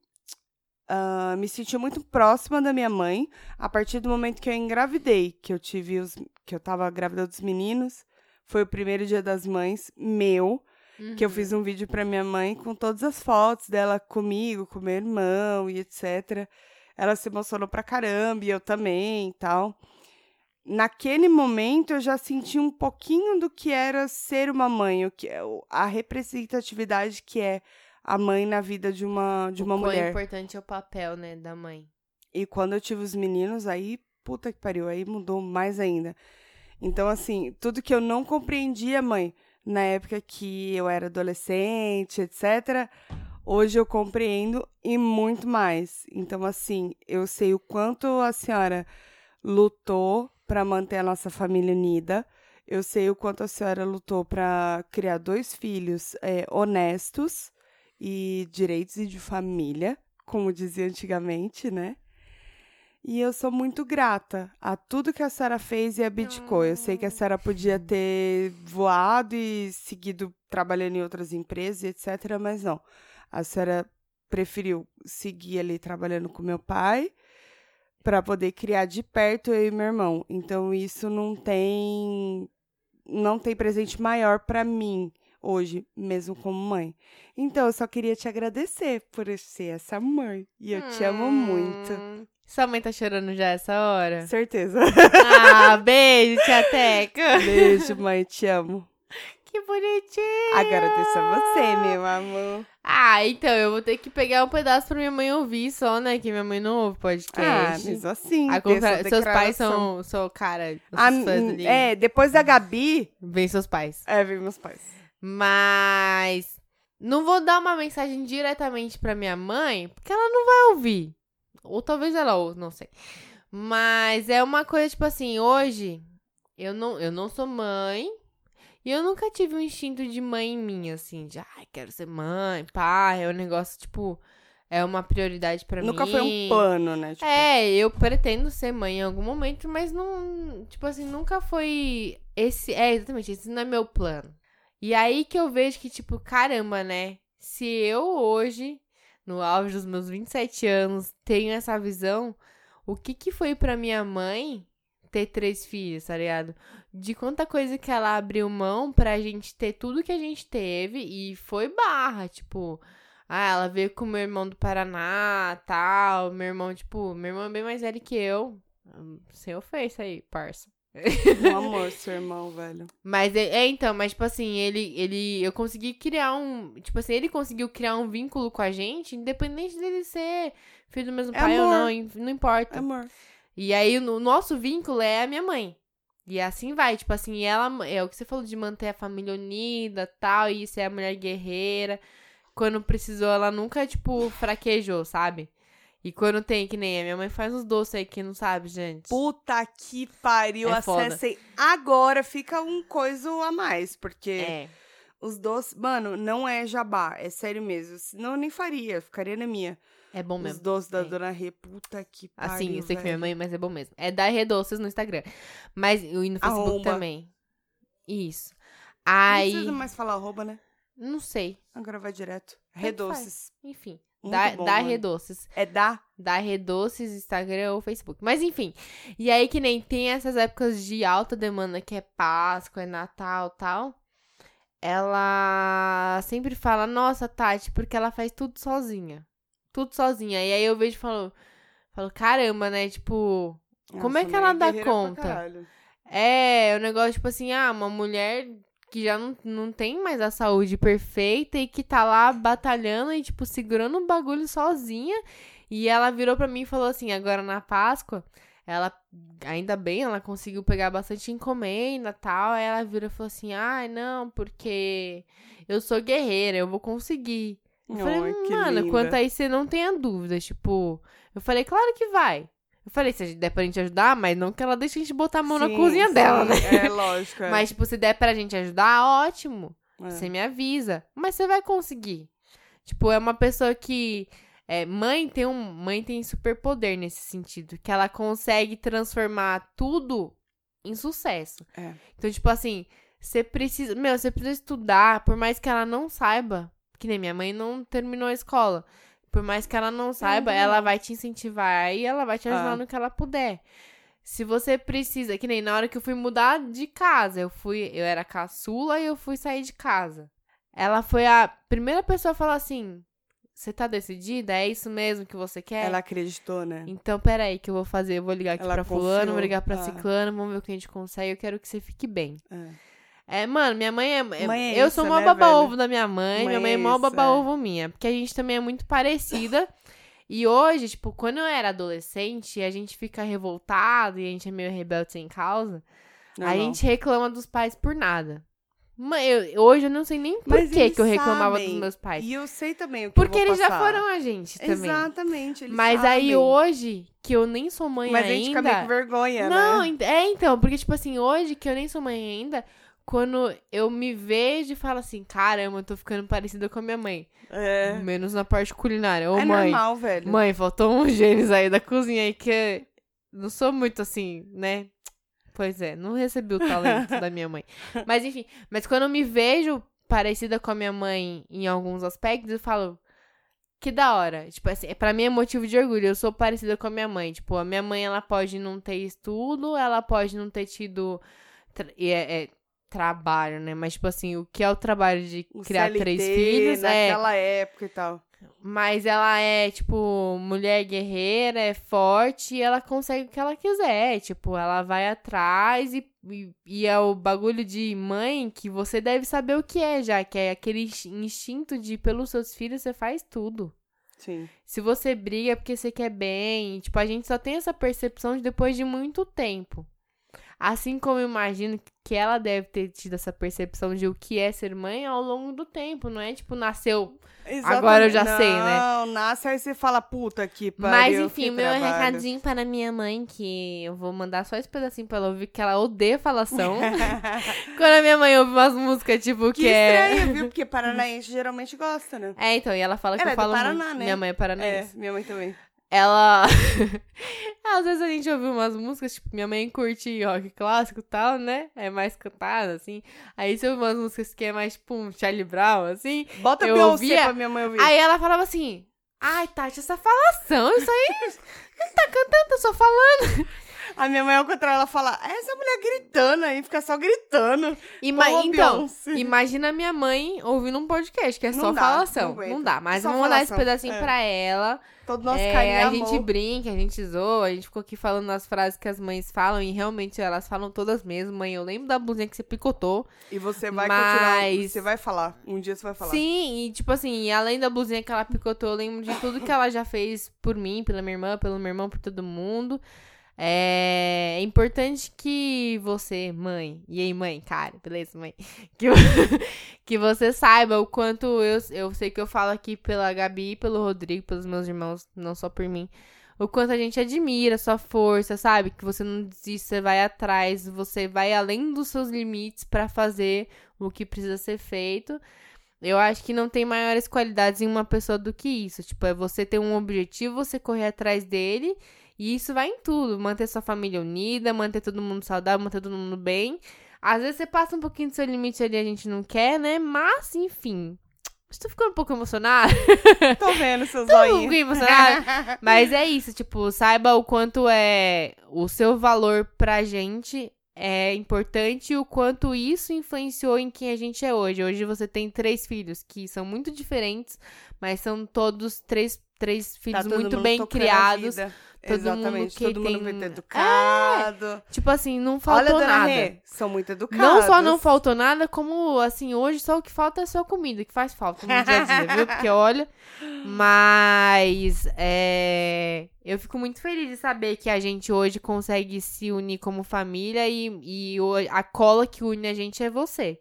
[SPEAKER 2] ah, me senti muito próxima da minha mãe a partir do momento que eu engravidei, que eu tive os. que eu tava grávida dos meninos. Foi o primeiro dia das mães, meu que eu
[SPEAKER 3] Uhum.
[SPEAKER 2] fiz um vídeo pra minha mãe com todas as fotos dela comigo, com meu irmão e etc. Ela se emocionou pra caramba e eu também e tal. Naquele momento eu já senti um pouquinho do que era ser uma mãe, o que é o- a representatividade que é a mãe na vida de uma de uma
[SPEAKER 3] o quão
[SPEAKER 2] mulher.
[SPEAKER 3] importante é o papel, né, da mãe.
[SPEAKER 2] E quando eu tive os meninos, aí, puta que pariu, aí mudou mais ainda. Então, assim, tudo que eu não compreendia, mãe, na época que eu era adolescente, etc., hoje eu compreendo e muito mais. Então, assim, eu sei o quanto a senhora lutou pra manter a nossa família unida. Eu sei o quanto a senhora lutou pra criar dois filhos eh, honestos e direitos e de família, como dizia antigamente, né? E eu sou muito grata a tudo que a senhora fez e abdicou. Eu sei que a senhora podia ter voado e seguido trabalhando em outras empresas, e etc., mas não. A senhora preferiu seguir ali trabalhando com meu pai para poder criar de perto eu e meu irmão. Então isso não tem não tem presente maior para mim hoje, mesmo como mãe. Então eu só queria te agradecer por ser essa mãe e eu te amo muito.
[SPEAKER 3] Hum. Sua mãe tá chorando já essa hora?
[SPEAKER 2] Certeza.
[SPEAKER 3] ah, beijo, tia Teca.
[SPEAKER 2] Beijo, mãe, te amo.
[SPEAKER 3] Que bonitinho.
[SPEAKER 2] Agradeço a você, meu amor.
[SPEAKER 3] Ah, então, eu vou ter que pegar um pedaço pra minha mãe ouvir só, né? Que minha mãe não ouve
[SPEAKER 2] Ah,
[SPEAKER 3] podcast.
[SPEAKER 2] mesmo assim.
[SPEAKER 3] Ao
[SPEAKER 2] ter
[SPEAKER 3] contrário,
[SPEAKER 2] essa
[SPEAKER 3] seus pais
[SPEAKER 2] declaração.
[SPEAKER 3] são, são cara, os
[SPEAKER 2] Ah,
[SPEAKER 3] seus fãs ali.
[SPEAKER 2] é, depois da Gabi,
[SPEAKER 3] Vem seus pais.
[SPEAKER 2] é, vem meus pais.
[SPEAKER 3] Mas Não vou dar uma mensagem diretamente pra minha mãe, porque ela não vai ouvir. Ou talvez ela ouça, não sei. Mas é uma coisa, tipo assim, hoje eu não, eu não sou mãe. E eu nunca tive um instinto de mãe em mim, assim, de, ai, quero ser mãe, pá, é um negócio, tipo, é uma prioridade pra
[SPEAKER 2] Nunca
[SPEAKER 3] mim.
[SPEAKER 2] foi um plano, né? Tipo,
[SPEAKER 3] É, eu pretendo ser mãe em algum momento, mas não. Tipo assim, nunca foi. Esse. É, exatamente, esse não é meu plano. E aí que eu vejo que, tipo, caramba, né? Se eu hoje, no auge dos meus 27 anos, tenho essa visão, o que que foi pra minha mãe ter três filhos, tá ligado? De quanta coisa que ela abriu mão pra gente ter tudo que a gente teve e foi barra, tipo. Ah, ela veio com meu irmão do Paraná, tal. Meu irmão, tipo, meu irmão é bem mais velho que eu. Hum, Sem ofensa aí, parça. É.
[SPEAKER 2] um amor, seu irmão, velho.
[SPEAKER 3] Mas é, é, então, mas tipo assim, ele, ele. Eu consegui criar um. Tipo assim, ele conseguiu criar um vínculo com a gente, independente dele ser filho do mesmo
[SPEAKER 2] É
[SPEAKER 3] pai ou
[SPEAKER 2] amor. É
[SPEAKER 3] não, in- não importa.
[SPEAKER 2] Amor.
[SPEAKER 3] E aí, o nosso vínculo é a minha mãe. E assim vai, tipo assim, ela é o que você falou de manter a família unida, tal, e isso é a mulher guerreira. Quando precisou, ela nunca, tipo, fraquejou, sabe? E quando tem, que nem a minha mãe faz uns doces aí que não sabe, gente.
[SPEAKER 2] Puta que pariu,
[SPEAKER 3] É foda.
[SPEAKER 2] acessem agora, fica um coisa a mais, porque
[SPEAKER 3] É.
[SPEAKER 2] os doces, mano, não é jabá, é sério mesmo, senão eu nem faria, ficaria na minha.
[SPEAKER 3] É bom
[SPEAKER 2] Os
[SPEAKER 3] mesmo.
[SPEAKER 2] doces da
[SPEAKER 3] É.
[SPEAKER 2] Dona Rê, puta que pariu,
[SPEAKER 3] Assim, eu sei que minha
[SPEAKER 2] velho.
[SPEAKER 3] mãe, mas é bom mesmo. É da Redoces no Instagram. Mas e no Facebook
[SPEAKER 2] Arromba.
[SPEAKER 3] também. Isso.
[SPEAKER 2] Não
[SPEAKER 3] Aí.
[SPEAKER 2] precisa mais falar arroba, né?
[SPEAKER 3] Não sei.
[SPEAKER 2] Agora vai direto.
[SPEAKER 3] faz.
[SPEAKER 2] Redoces.
[SPEAKER 3] Enfim.
[SPEAKER 2] Muito
[SPEAKER 3] Da,
[SPEAKER 2] bom,
[SPEAKER 3] da
[SPEAKER 2] mano.
[SPEAKER 3] Redoces.
[SPEAKER 2] É da
[SPEAKER 3] da Redoces, Instagram ou Facebook. Mas enfim. E aí que nem tem essas épocas de alta demanda que é Páscoa, é Natal, tal. Ela sempre fala: "Nossa, Tati, porque ela faz tudo sozinha". Tudo sozinha. E aí eu vejo e falo, falo: "Caramba, né? Tipo, Como é
[SPEAKER 2] Nossa,
[SPEAKER 3] que ela
[SPEAKER 2] mãe
[SPEAKER 3] dá
[SPEAKER 2] guerreira pra
[SPEAKER 3] conta?
[SPEAKER 2] caralho.
[SPEAKER 3] é, o negócio tipo assim, ah, uma mulher que já não, não tem mais a saúde perfeita e que tá lá batalhando e, tipo, segurando um bagulho sozinha. E ela virou pra mim e falou assim, agora na Páscoa, ela, ainda bem, ela conseguiu pegar bastante encomenda e tal. Aí ela virou e falou assim, ai, não, porque eu sou guerreira, eu vou conseguir. Eu falei,
[SPEAKER 2] Ai, é que
[SPEAKER 3] mano, é
[SPEAKER 2] linda.
[SPEAKER 3] quanto a isso, você não tenha dúvidas. Tipo, eu falei, claro que vai. Eu falei, se a gente der pra gente ajudar, mas não que ela deixe a gente botar a mão na
[SPEAKER 2] Sim,
[SPEAKER 3] cozinha
[SPEAKER 2] sim,
[SPEAKER 3] dela, né?
[SPEAKER 2] É, lógico. é.
[SPEAKER 3] Mas, tipo, se der pra gente ajudar, ótimo.
[SPEAKER 2] É.
[SPEAKER 3] Você me avisa. Mas você vai conseguir. Tipo, é uma pessoa que. é, mãe tem um. Mãe tem superpoder nesse sentido. Que ela consegue transformar tudo em sucesso.
[SPEAKER 2] É.
[SPEAKER 3] Então, tipo assim, você precisa. Meu, você precisa estudar, por mais que ela não saiba. Que nem minha mãe não terminou a escola. Por mais que ela não saiba,
[SPEAKER 2] não.
[SPEAKER 3] ela vai te incentivar e ela vai te ajudar
[SPEAKER 2] Ah.
[SPEAKER 3] no que ela puder. Se você precisa, que nem na hora que eu fui mudar de casa, eu fui, eu era caçula e eu fui sair de casa. Ela foi a primeira pessoa a falar assim: "Você tá decidida? É isso mesmo que você quer?"
[SPEAKER 2] Ela acreditou, né?
[SPEAKER 3] Então, peraí, que eu vou fazer. Eu vou ligar aqui
[SPEAKER 2] Ela
[SPEAKER 3] pra fulano,
[SPEAKER 2] confiou,
[SPEAKER 3] vou ligar pra
[SPEAKER 2] tá.
[SPEAKER 3] ciclano, vamos ver o que a gente consegue. Eu quero que você fique bem.
[SPEAKER 2] É.
[SPEAKER 3] É, mano, minha mãe é. é-
[SPEAKER 2] Mãe é
[SPEAKER 3] eu
[SPEAKER 2] isso,
[SPEAKER 3] sou mó
[SPEAKER 2] né,
[SPEAKER 3] baba-ovo da minha mãe,
[SPEAKER 2] Mãe
[SPEAKER 3] minha
[SPEAKER 2] é
[SPEAKER 3] mãe é mó
[SPEAKER 2] isso,
[SPEAKER 3] baba-ovo minha. Porque a gente também é muito parecida. e hoje, tipo, quando eu era adolescente e a gente fica revoltado e a gente é meio rebelde sem causa, a
[SPEAKER 2] Normal.
[SPEAKER 3] gente reclama dos pais por nada. Mãe, eu- hoje eu não sei nem por
[SPEAKER 2] Mas
[SPEAKER 3] que,
[SPEAKER 2] eles
[SPEAKER 3] que eu reclamava
[SPEAKER 2] sabem.
[SPEAKER 3] dos meus pais.
[SPEAKER 2] E eu sei também o que
[SPEAKER 3] Porque
[SPEAKER 2] eu vou
[SPEAKER 3] eles já
[SPEAKER 2] passar.
[SPEAKER 3] foram a gente também. né?
[SPEAKER 2] Exatamente. Eles
[SPEAKER 3] Mas aí
[SPEAKER 2] sabem.
[SPEAKER 3] hoje, que eu nem sou mãe
[SPEAKER 2] Mas a
[SPEAKER 3] ainda.
[SPEAKER 2] gente fica meio com vergonha,
[SPEAKER 3] Não,
[SPEAKER 2] né?
[SPEAKER 3] ent- é então, porque, tipo assim, hoje que eu nem sou mãe ainda, quando eu me vejo e falo assim, caramba, eu tô ficando parecida com a minha mãe.
[SPEAKER 2] É.
[SPEAKER 3] Menos na parte culinária. Ô,
[SPEAKER 2] é
[SPEAKER 3] mãe.
[SPEAKER 2] normal, velho.
[SPEAKER 3] Mãe, faltou um gênios aí da cozinha aí que não sou muito assim, né? Pois é, não recebi o talento da minha mãe. Mas enfim, mas quando eu me vejo parecida com a minha mãe em alguns aspectos, eu falo que da hora. Tipo assim, é- pra mim é motivo de orgulho. Eu sou parecida com a minha mãe. Tipo, a minha mãe ela pode não ter estudo, ela pode não ter tido tra- e é- é trabalho, né? Mas tipo assim, o que é o trabalho de
[SPEAKER 2] O
[SPEAKER 3] criar
[SPEAKER 2] CLT,
[SPEAKER 3] três filhos? É,
[SPEAKER 2] Naquela época e tal.
[SPEAKER 3] mas ela é, tipo, mulher guerreira, é forte e ela consegue o que ela quiser. Tipo, ela vai atrás e, e, e é o bagulho de mãe que você deve saber o que é já, que é aquele insti- instinto de pelos seus filhos você faz tudo.
[SPEAKER 2] Sim.
[SPEAKER 3] Se você briga é porque você quer bem. Tipo, a gente só tem essa percepção de depois de muito tempo. Assim como eu imagino que ela deve ter tido essa percepção de o que é ser mãe ao longo do tempo, não é tipo, nasceu. Agora eu já
[SPEAKER 2] Exatamente.
[SPEAKER 3] sei, né?
[SPEAKER 2] Não, nasce aí você fala, puta que pariu.
[SPEAKER 3] Mas enfim,
[SPEAKER 2] que
[SPEAKER 3] o meu
[SPEAKER 2] trabalho.
[SPEAKER 3] recadinho para minha mãe, que eu vou mandar só esse pedacinho pra ela ouvir, que ela odeia falação. Quando a minha mãe ouve umas músicas, tipo, que,
[SPEAKER 2] que
[SPEAKER 3] é.
[SPEAKER 2] estranho, viu? Porque paranaense geralmente gosta, né?
[SPEAKER 3] É, então, e ela fala que
[SPEAKER 2] Ela
[SPEAKER 3] eu
[SPEAKER 2] é do
[SPEAKER 3] falo.
[SPEAKER 2] Paraná,
[SPEAKER 3] muito.
[SPEAKER 2] né?
[SPEAKER 3] Minha mãe é
[SPEAKER 2] É,
[SPEAKER 3] paranaense.
[SPEAKER 2] minha mãe também.
[SPEAKER 3] ela. Às vezes a gente ouve umas músicas, tipo, minha mãe curte rock clássico e tal, né? É mais cantada, assim. Aí você ouve umas músicas que é mais, tipo, um Charlie Brown, assim.
[SPEAKER 2] Bota
[SPEAKER 3] Eu
[SPEAKER 2] Beyoncé
[SPEAKER 3] ouvia-
[SPEAKER 2] pra minha mãe ouvir.
[SPEAKER 3] Aí ela falava assim. Ai, Tati, essa falação, isso aí não tá cantando, eu só falando.
[SPEAKER 2] A minha mãe, ao contrário, ela fala, "Ah, essa mulher gritando aí, fica só gritando.
[SPEAKER 3] Ima
[SPEAKER 2] Ô,
[SPEAKER 3] então,
[SPEAKER 2] Beyoncé.
[SPEAKER 3] imagina a minha mãe ouvindo um podcast, que é
[SPEAKER 2] Não
[SPEAKER 3] só
[SPEAKER 2] dá,
[SPEAKER 3] falação.
[SPEAKER 2] não aguento.
[SPEAKER 3] Não dá, mas
[SPEAKER 2] Só
[SPEAKER 3] vamos mandar esse
[SPEAKER 2] falação,
[SPEAKER 3] pedacinho
[SPEAKER 2] é.
[SPEAKER 3] pra ela.
[SPEAKER 2] Todo nosso
[SPEAKER 3] É,
[SPEAKER 2] carinho e
[SPEAKER 3] a
[SPEAKER 2] amor.
[SPEAKER 3] gente brinca, a gente zoa, a gente ficou aqui falando as frases que as mães falam e realmente elas falam todas mesmo. Mãe, eu lembro da blusinha que você picotou.
[SPEAKER 2] E você vai
[SPEAKER 3] Mas-
[SPEAKER 2] continuar, você vai falar. Um dia você vai falar.
[SPEAKER 3] Sim, e tipo assim, além da blusinha que ela picotou, eu lembro de tudo que ela já fez por mim, pela minha irmã, pelo meu irmão, por todo mundo. É é importante que você, mãe, e aí, mãe, cara, beleza, mãe? Que, vo- que você saiba o quanto eu, eu sei que eu falo aqui pela Gabi, pelo Rodrigo, pelos meus irmãos, não só por mim. O quanto a gente admira a sua força, sabe? Que você não desiste, você vai atrás, você vai além dos seus limites pra fazer o que precisa ser feito. Eu acho que não tem maiores qualidades em uma pessoa do que isso. Tipo, é você ter um objetivo, você correr atrás dele. E isso vai em tudo. Manter sua família unida, manter todo mundo saudável, manter todo mundo bem. Às vezes você passa um pouquinho do seu limite ali, a gente não quer, né? Mas, enfim. Estou ficando um pouco emocionada.
[SPEAKER 2] Tô vendo seus
[SPEAKER 3] Tô um
[SPEAKER 2] olhinhos. Tá
[SPEAKER 3] pouquinho emocionada. Mas é isso, tipo, saiba o quanto é o seu valor pra gente é importante e o quanto isso influenciou em quem a gente é hoje. Hoje você tem três filhos que são muito diferentes, mas são todos três, três
[SPEAKER 2] Tá
[SPEAKER 3] filhos
[SPEAKER 2] todo
[SPEAKER 3] muito
[SPEAKER 2] mundo
[SPEAKER 3] bem
[SPEAKER 2] tocando a
[SPEAKER 3] criados.
[SPEAKER 2] vida.
[SPEAKER 3] todo mundo
[SPEAKER 2] Exatamente,
[SPEAKER 3] que
[SPEAKER 2] todo mundo
[SPEAKER 3] tem-
[SPEAKER 2] muito educado.
[SPEAKER 3] Tipo assim, não
[SPEAKER 2] Olha,
[SPEAKER 3] faltou
[SPEAKER 2] dona
[SPEAKER 3] nada.
[SPEAKER 2] Rê, são muito educados.
[SPEAKER 3] Não só não faltou nada, como assim, hoje só o que falta é só comida, que faz falta no dia a dia, viu? Porque olha. Mas é, eu fico muito feliz de saber que a gente hoje consegue se unir como família e, e o- a cola que une a gente é você.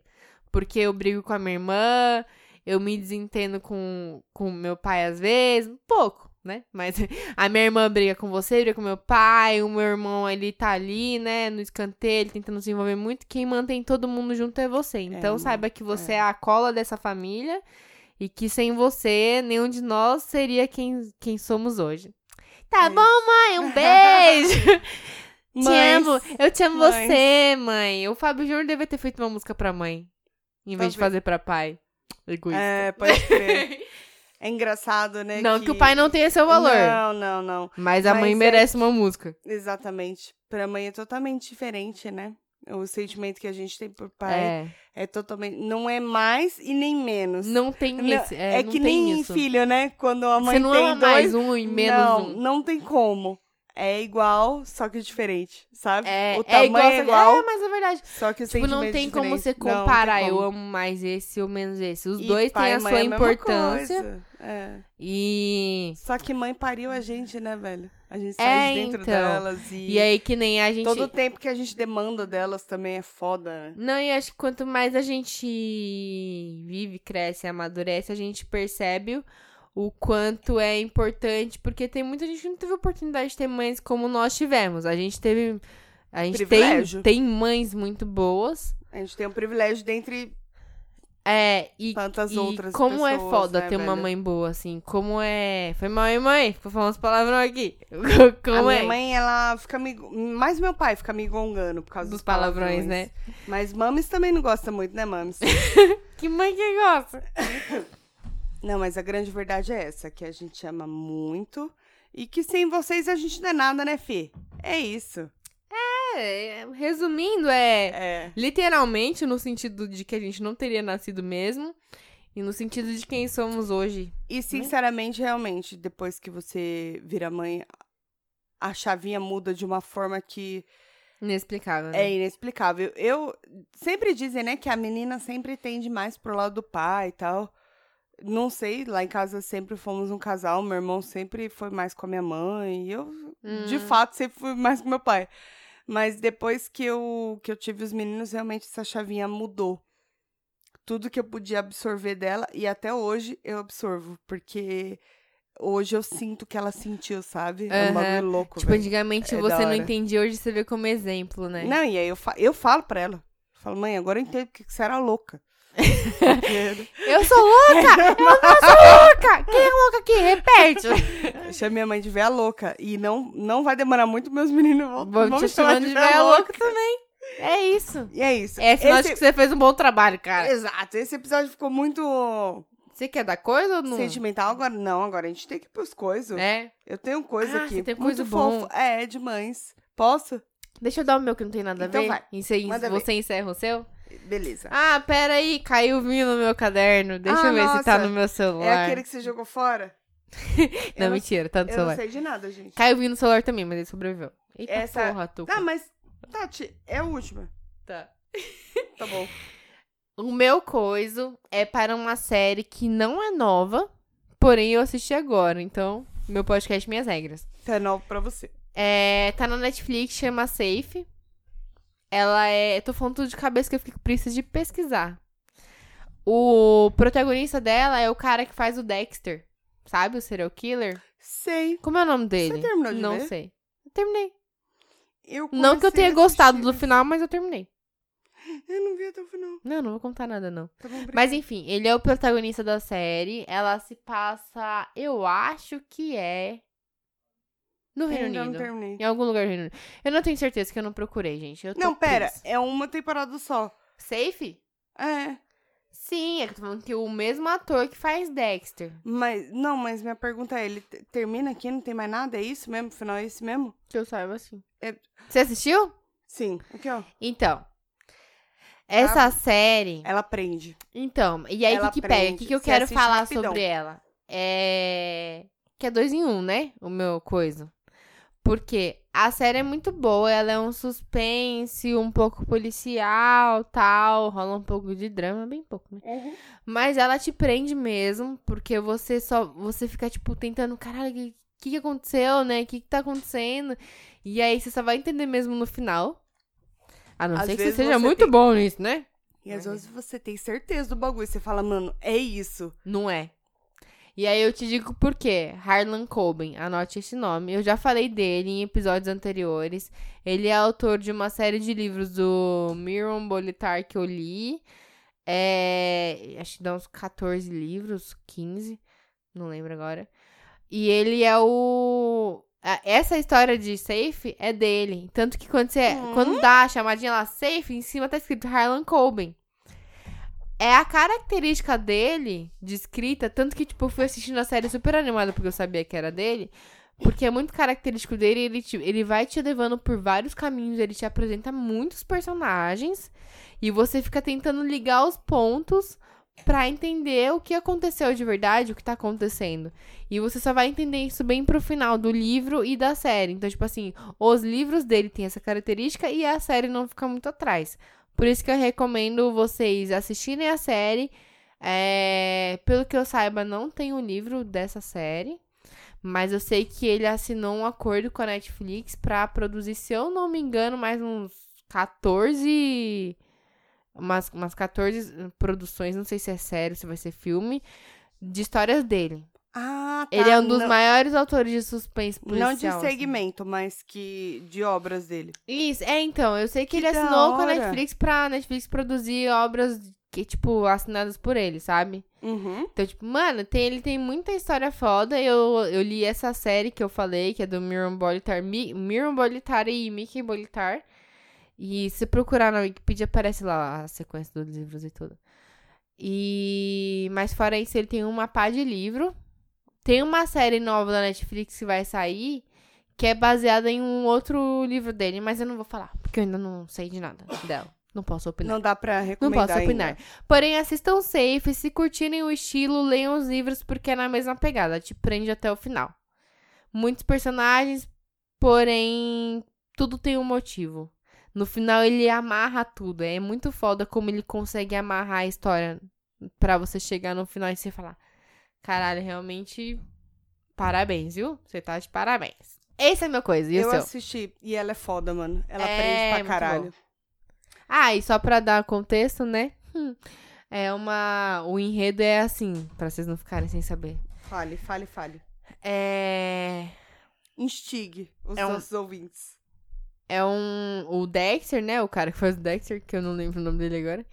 [SPEAKER 3] Porque eu brigo com a minha irmã, eu me desentendo com, com meu pai às vezes, um pouco, né? Mas a minha irmã briga com você, briga com meu pai, o meu irmão ele tá ali, né, no escanteio, ele tentando se envolver muito. Quem mantém todo mundo junto é você. Então
[SPEAKER 2] amor,
[SPEAKER 3] saiba que você é. a cola dessa família e que sem você, nenhum de nós seria quem, quem somos hoje. Tá
[SPEAKER 2] É
[SPEAKER 3] bom, mãe? Um beijo! te
[SPEAKER 2] Mães,
[SPEAKER 3] amo! Eu te amo
[SPEAKER 2] Mães.
[SPEAKER 3] você, mãe! O Fábio Júnior devia ter feito uma música pra mãe, em vez
[SPEAKER 2] Talvez.
[SPEAKER 3] de fazer pra pai. Egoísta.
[SPEAKER 2] É, pode crer. É engraçado, né?
[SPEAKER 3] não que... o pai não tenha seu valor,
[SPEAKER 2] Não, não, não.
[SPEAKER 3] mas a
[SPEAKER 2] Mas
[SPEAKER 3] mãe
[SPEAKER 2] é
[SPEAKER 3] merece uma música.
[SPEAKER 2] Exatamente. Pra mãe é totalmente diferente, né? O sentimento que a gente tem por pai
[SPEAKER 3] É.
[SPEAKER 2] é, totalmente. Não é mais e nem menos.
[SPEAKER 3] Não tem
[SPEAKER 2] Não-
[SPEAKER 3] esse. É,
[SPEAKER 2] é
[SPEAKER 3] não
[SPEAKER 2] que
[SPEAKER 3] tem
[SPEAKER 2] nem
[SPEAKER 3] isso.
[SPEAKER 2] filho, né? Quando a mãe
[SPEAKER 3] Você não
[SPEAKER 2] tem
[SPEAKER 3] ama
[SPEAKER 2] dois.
[SPEAKER 3] mais um e menos
[SPEAKER 2] não,
[SPEAKER 3] um.
[SPEAKER 2] não tem como. É igual, só que diferente, sabe?
[SPEAKER 3] É,
[SPEAKER 2] o
[SPEAKER 3] é
[SPEAKER 2] tamanho
[SPEAKER 3] igual,
[SPEAKER 2] é igual,
[SPEAKER 3] É, mas é verdade.
[SPEAKER 2] só que o
[SPEAKER 3] Tipo,
[SPEAKER 2] sentimento
[SPEAKER 3] não
[SPEAKER 2] é
[SPEAKER 3] tem como você
[SPEAKER 2] diferente. Não, não tem
[SPEAKER 3] comparar eu
[SPEAKER 2] como.
[SPEAKER 3] amo mais esse ou menos esse. Os
[SPEAKER 2] E
[SPEAKER 3] dois
[SPEAKER 2] pai
[SPEAKER 3] têm
[SPEAKER 2] e
[SPEAKER 3] a
[SPEAKER 2] mãe
[SPEAKER 3] sua
[SPEAKER 2] é mesma
[SPEAKER 3] importância.
[SPEAKER 2] coisa. É.
[SPEAKER 3] E.
[SPEAKER 2] Só que mãe pariu a gente, né, velho? A gente
[SPEAKER 3] É,
[SPEAKER 2] sai de dentro
[SPEAKER 3] então.
[SPEAKER 2] delas e,
[SPEAKER 3] E aí que nem a gente.
[SPEAKER 2] todo o tempo que a gente demanda delas também é foda, né?
[SPEAKER 3] Não, e acho que quanto mais a gente vive, cresce, amadurece, a gente percebe o- o quanto é importante, porque tem muita gente que não teve oportunidade de ter mães como nós tivemos. A gente teve. A gente tem,
[SPEAKER 2] Privilégio.
[SPEAKER 3] tem mães muito boas.
[SPEAKER 2] A gente tem um privilégio dentre
[SPEAKER 3] É, e,
[SPEAKER 2] tantas
[SPEAKER 3] e
[SPEAKER 2] outras
[SPEAKER 3] como é
[SPEAKER 2] pessoas,
[SPEAKER 3] foda
[SPEAKER 2] né,
[SPEAKER 3] ter uma
[SPEAKER 2] velho?
[SPEAKER 3] mãe boa, assim. Como é. Foi mal, hein, mãe? Ficou falando os palavrão aqui.
[SPEAKER 2] a
[SPEAKER 3] Como
[SPEAKER 2] minha
[SPEAKER 3] é?
[SPEAKER 2] mãe, ela fica me... Mais meu pai fica me gongando por causa
[SPEAKER 3] Dos
[SPEAKER 2] dos,
[SPEAKER 3] palavrões, né?
[SPEAKER 2] Mas mames também não gosta muito, né, mames?
[SPEAKER 3] Que mãe que gosta?
[SPEAKER 2] não, mas a grande verdade é essa, que a gente ama muito e que sem vocês a gente não é nada, né, Fê? É isso.
[SPEAKER 3] É, resumindo, é.
[SPEAKER 2] É.
[SPEAKER 3] Literalmente, no sentido de que a gente não teria nascido mesmo. E no sentido de quem somos hoje.
[SPEAKER 2] E, sinceramente, realmente, depois que você vira mãe, a chavinha muda de uma forma que
[SPEAKER 3] Inexplicável. né?
[SPEAKER 2] é inexplicável. Eu sempre dizem, né, que a menina sempre tende mais pro lado do pai e tal. Não sei, lá em casa sempre fomos um casal, meu irmão sempre foi mais com a minha mãe, e eu, de
[SPEAKER 3] Hum.
[SPEAKER 2] fato, sempre fui mais com meu pai. Mas depois que eu, que eu tive os meninos, realmente essa chavinha mudou. Tudo que eu podia absorver dela, e até hoje eu absorvo, porque hoje eu sinto que ela sentiu, sabe? É um
[SPEAKER 3] Aham.
[SPEAKER 2] bagulho louco.
[SPEAKER 3] Tipo,
[SPEAKER 2] velho.
[SPEAKER 3] antigamente
[SPEAKER 2] É da
[SPEAKER 3] você não
[SPEAKER 2] hora.
[SPEAKER 3] entendia, hoje você vê como exemplo, né?
[SPEAKER 2] Não, e aí eu, fa eu falo pra ela. Eu falo, mãe, agora eu entendo porque que você era louca. Porque-
[SPEAKER 3] Eu sou louca! Eu não sou louca! Quem é louca aqui? Repete!
[SPEAKER 2] eu chamo minha mãe de véia louca. E não, não vai demorar muito meus meninos vão,
[SPEAKER 3] Vou
[SPEAKER 2] vão
[SPEAKER 3] te
[SPEAKER 2] me chamar
[SPEAKER 3] chamando de velha louca também. É isso.
[SPEAKER 2] E é isso.
[SPEAKER 3] É sinal de
[SPEAKER 2] Esse-
[SPEAKER 3] que você fez um bom trabalho, cara.
[SPEAKER 2] Exato. Esse episódio ficou muito
[SPEAKER 3] Você quer dar coisa ou não?
[SPEAKER 2] sentimental. Agora, não, agora a gente tem que ir pros coisas.
[SPEAKER 3] É.
[SPEAKER 2] Eu tenho coisa
[SPEAKER 3] Ah,
[SPEAKER 2] aqui.
[SPEAKER 3] você tem
[SPEAKER 2] muito
[SPEAKER 3] coisa
[SPEAKER 2] fofo.
[SPEAKER 3] bom.
[SPEAKER 2] É, de mães. Posso?
[SPEAKER 3] Deixa eu dar o meu que não tem nada a
[SPEAKER 2] Então
[SPEAKER 3] ver.
[SPEAKER 2] vai.
[SPEAKER 3] Encer-
[SPEAKER 2] Manda ver.
[SPEAKER 3] você encerra o seu?
[SPEAKER 2] Beleza.
[SPEAKER 3] Ah, peraí, caiu o vinho no meu caderno. Deixa
[SPEAKER 2] Ah,
[SPEAKER 3] eu ver se tá
[SPEAKER 2] nossa.
[SPEAKER 3] no meu
[SPEAKER 2] é
[SPEAKER 3] celular.
[SPEAKER 2] aquele que você jogou fora?
[SPEAKER 3] Não,
[SPEAKER 2] eu não,
[SPEAKER 3] mentira, tá
[SPEAKER 2] eu
[SPEAKER 3] no
[SPEAKER 2] não
[SPEAKER 3] celular.
[SPEAKER 2] sei de nada, gente.
[SPEAKER 3] Caiu o vinho no celular também, mas ele sobreviveu. Eita
[SPEAKER 2] Essa-
[SPEAKER 3] porra, Tuca.
[SPEAKER 2] Ah, mas, Tati, é a última.
[SPEAKER 3] Tá.
[SPEAKER 2] Tá bom.
[SPEAKER 3] O meu coiso é para uma série que não é nova, porém eu assisti agora. Então, meu podcast Minhas Regras.
[SPEAKER 2] Tá novo pra você.
[SPEAKER 3] É, tá na Netflix, chama Safe. Ela é. Eu tô falando tudo de cabeça que eu fico preciso de pesquisar. O protagonista dela é o cara que faz o Dexter. Sabe? O serial killer.
[SPEAKER 2] Sei.
[SPEAKER 3] Como é o nome dele?
[SPEAKER 2] terminou de
[SPEAKER 3] Não
[SPEAKER 2] ver?
[SPEAKER 3] sei. Eu terminei.
[SPEAKER 2] assim? Eu
[SPEAKER 3] Não que eu
[SPEAKER 2] comecei
[SPEAKER 3] tenha
[SPEAKER 2] a
[SPEAKER 3] gostado do
[SPEAKER 2] assistir.
[SPEAKER 3] final, mas eu terminei.
[SPEAKER 2] Eu não vi até o final.
[SPEAKER 3] Não, não vou contar nada, não.
[SPEAKER 2] Tá bom, obrigada.
[SPEAKER 3] Mas enfim, ele é o protagonista da série. Ela se passa, eu acho que é. No
[SPEAKER 2] Eu
[SPEAKER 3] Reino
[SPEAKER 2] ainda não
[SPEAKER 3] Unido.
[SPEAKER 2] terminei.
[SPEAKER 3] Em algum lugar do Reino Unido. Eu não tenho certeza que eu não procurei, gente. Eu tô
[SPEAKER 2] Não, pera.
[SPEAKER 3] presa.
[SPEAKER 2] É uma temporada só.
[SPEAKER 3] Safe?
[SPEAKER 2] É.
[SPEAKER 3] Sim, é que eu tô falando que o mesmo ator que faz Dexter.
[SPEAKER 2] Mas, não, mas minha pergunta é, ele te- termina aqui, não tem mais nada? É isso mesmo? O final é esse mesmo?
[SPEAKER 3] Que eu saiba assim.
[SPEAKER 2] É- Ah.
[SPEAKER 3] Você assistiu?
[SPEAKER 2] Sim. Aqui, ó.
[SPEAKER 3] Então. Essa série.
[SPEAKER 2] Ela prende.
[SPEAKER 3] Então, e aí o
[SPEAKER 2] Ela
[SPEAKER 3] que, que pega? O
[SPEAKER 2] aprende,
[SPEAKER 3] que, que eu
[SPEAKER 2] você
[SPEAKER 3] quero
[SPEAKER 2] assiste
[SPEAKER 3] falar
[SPEAKER 2] rapidão.
[SPEAKER 3] sobre ela? É. Que é dois em um, né? O meu coisa. Porque a série é muito boa, ela é um suspense, um pouco policial, tal, rola um pouco de drama, bem pouco, né? Mas ela te prende mesmo, porque você só. Você fica, tipo, tentando, caralho, o que, que que aconteceu, né? O que, que tá acontecendo? E aí você só vai entender mesmo no final. A não
[SPEAKER 2] Às
[SPEAKER 3] ser que você
[SPEAKER 2] vezes
[SPEAKER 3] seja
[SPEAKER 2] você
[SPEAKER 3] muito
[SPEAKER 2] tem-
[SPEAKER 3] bom nisso, né?
[SPEAKER 2] E às vezes você tem certeza do bagulho. Você fala, mano, é isso.
[SPEAKER 3] Não é. E aí eu te digo por quê. Harlan Coben, anote esse nome. Eu já falei dele em episódios anteriores. Ele é autor de uma série de livros do Miron Bolitar que eu li. É, acho que dá uns 14 livros, 15, não lembro agora. E ele é o. a- Essa história de safe é dele. Tanto que quando, você,
[SPEAKER 2] Hum.
[SPEAKER 3] quando dá a chamadinha lá, safe, em cima tá escrito Harlan Coben. É a característica dele, de escrita, tanto que, tipo, eu fui assistindo a série super animada porque eu sabia que era dele. Porque é muito característico dele, ele, te- ele vai te levando por vários caminhos, ele te apresenta muitos personagens e você fica tentando ligar os pontos pra entender o que aconteceu de verdade, o que tá acontecendo. E você só vai entender isso bem pro final do livro e da série. Então, tipo assim, os livros dele têm essa característica e a série não fica muito atrás. Por isso que eu recomendo vocês assistirem a série. É, pelo que eu saiba, não tem o livro dessa série. Mas eu sei que ele assinou um acordo com a Netflix pra produzir, se eu não me engano, mais uns 14. Umas, umas 14 produções, não sei se é sério, se vai ser filme, de histórias dele.
[SPEAKER 2] Ah, tá.
[SPEAKER 3] Ele é um dos
[SPEAKER 2] não,
[SPEAKER 3] maiores autores de suspense policial.
[SPEAKER 2] Não de
[SPEAKER 3] assim.
[SPEAKER 2] segmento, mas que de obras dele.
[SPEAKER 3] Isso, é então, eu sei que,
[SPEAKER 2] Que
[SPEAKER 3] ele
[SPEAKER 2] da
[SPEAKER 3] assinou com a
[SPEAKER 2] hora.
[SPEAKER 3] Netflix pra Netflix produzir obras que, tipo, assinadas por ele, sabe?
[SPEAKER 2] Uhum.
[SPEAKER 3] Então, tipo, mano, tem, ele tem muita história foda. Eu, eu li essa série que eu falei, que é do Miron Bolitar, Mi, Miron Bolitar e Mickey Bolitar. E se procurar na Wikipedia, aparece lá a sequência dos livros e tudo. E... Mas fora isso, ele tem uma pá de livro. Tem uma série nova da Netflix que vai sair, que é baseada em um outro livro dele, mas eu não vou falar, porque eu ainda não sei de nada dela. Não posso opinar.
[SPEAKER 2] Não dá pra
[SPEAKER 3] Não
[SPEAKER 2] recomendar
[SPEAKER 3] posso opinar.
[SPEAKER 2] ainda.
[SPEAKER 3] Porém, assistam safe, se curtirem o estilo, leiam os livros, porque é na mesma pegada, te prende até o final. Muitos personagens, porém, tudo tem um motivo. No final, ele amarra tudo. É muito foda como ele consegue amarrar a história pra você chegar no final e você falar: caralho, realmente, parabéns, viu? Você tá de parabéns. Esse é a minha coisa. E
[SPEAKER 2] eu
[SPEAKER 3] o seu?
[SPEAKER 2] assisti e ela é foda, mano. Ela
[SPEAKER 3] É,
[SPEAKER 2] aprende
[SPEAKER 3] muito
[SPEAKER 2] pra caralho.
[SPEAKER 3] Ah, e só pra dar contexto, né? Hum, É uma. O enredo é assim, pra vocês não ficarem sem saber.
[SPEAKER 2] Fale, fale, fale.
[SPEAKER 3] É.
[SPEAKER 2] Instigue os
[SPEAKER 3] É um-
[SPEAKER 2] nossos ouvintes.
[SPEAKER 3] É um. O Dexter, né? O cara que faz o Dexter, que eu não lembro o nome dele agora.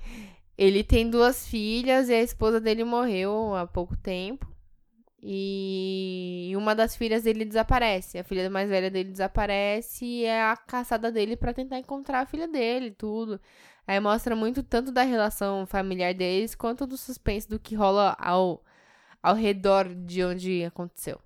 [SPEAKER 3] Ele tem duas filhas e a esposa dele morreu há pouco tempo. E uma das filhas dele desaparece. A filha mais velha dele desaparece e é a caçada dele pra tentar encontrar a filha dele, tudo. Aí mostra muito tanto da relação familiar deles quanto do suspense do que rola ao, ao redor de onde aconteceu.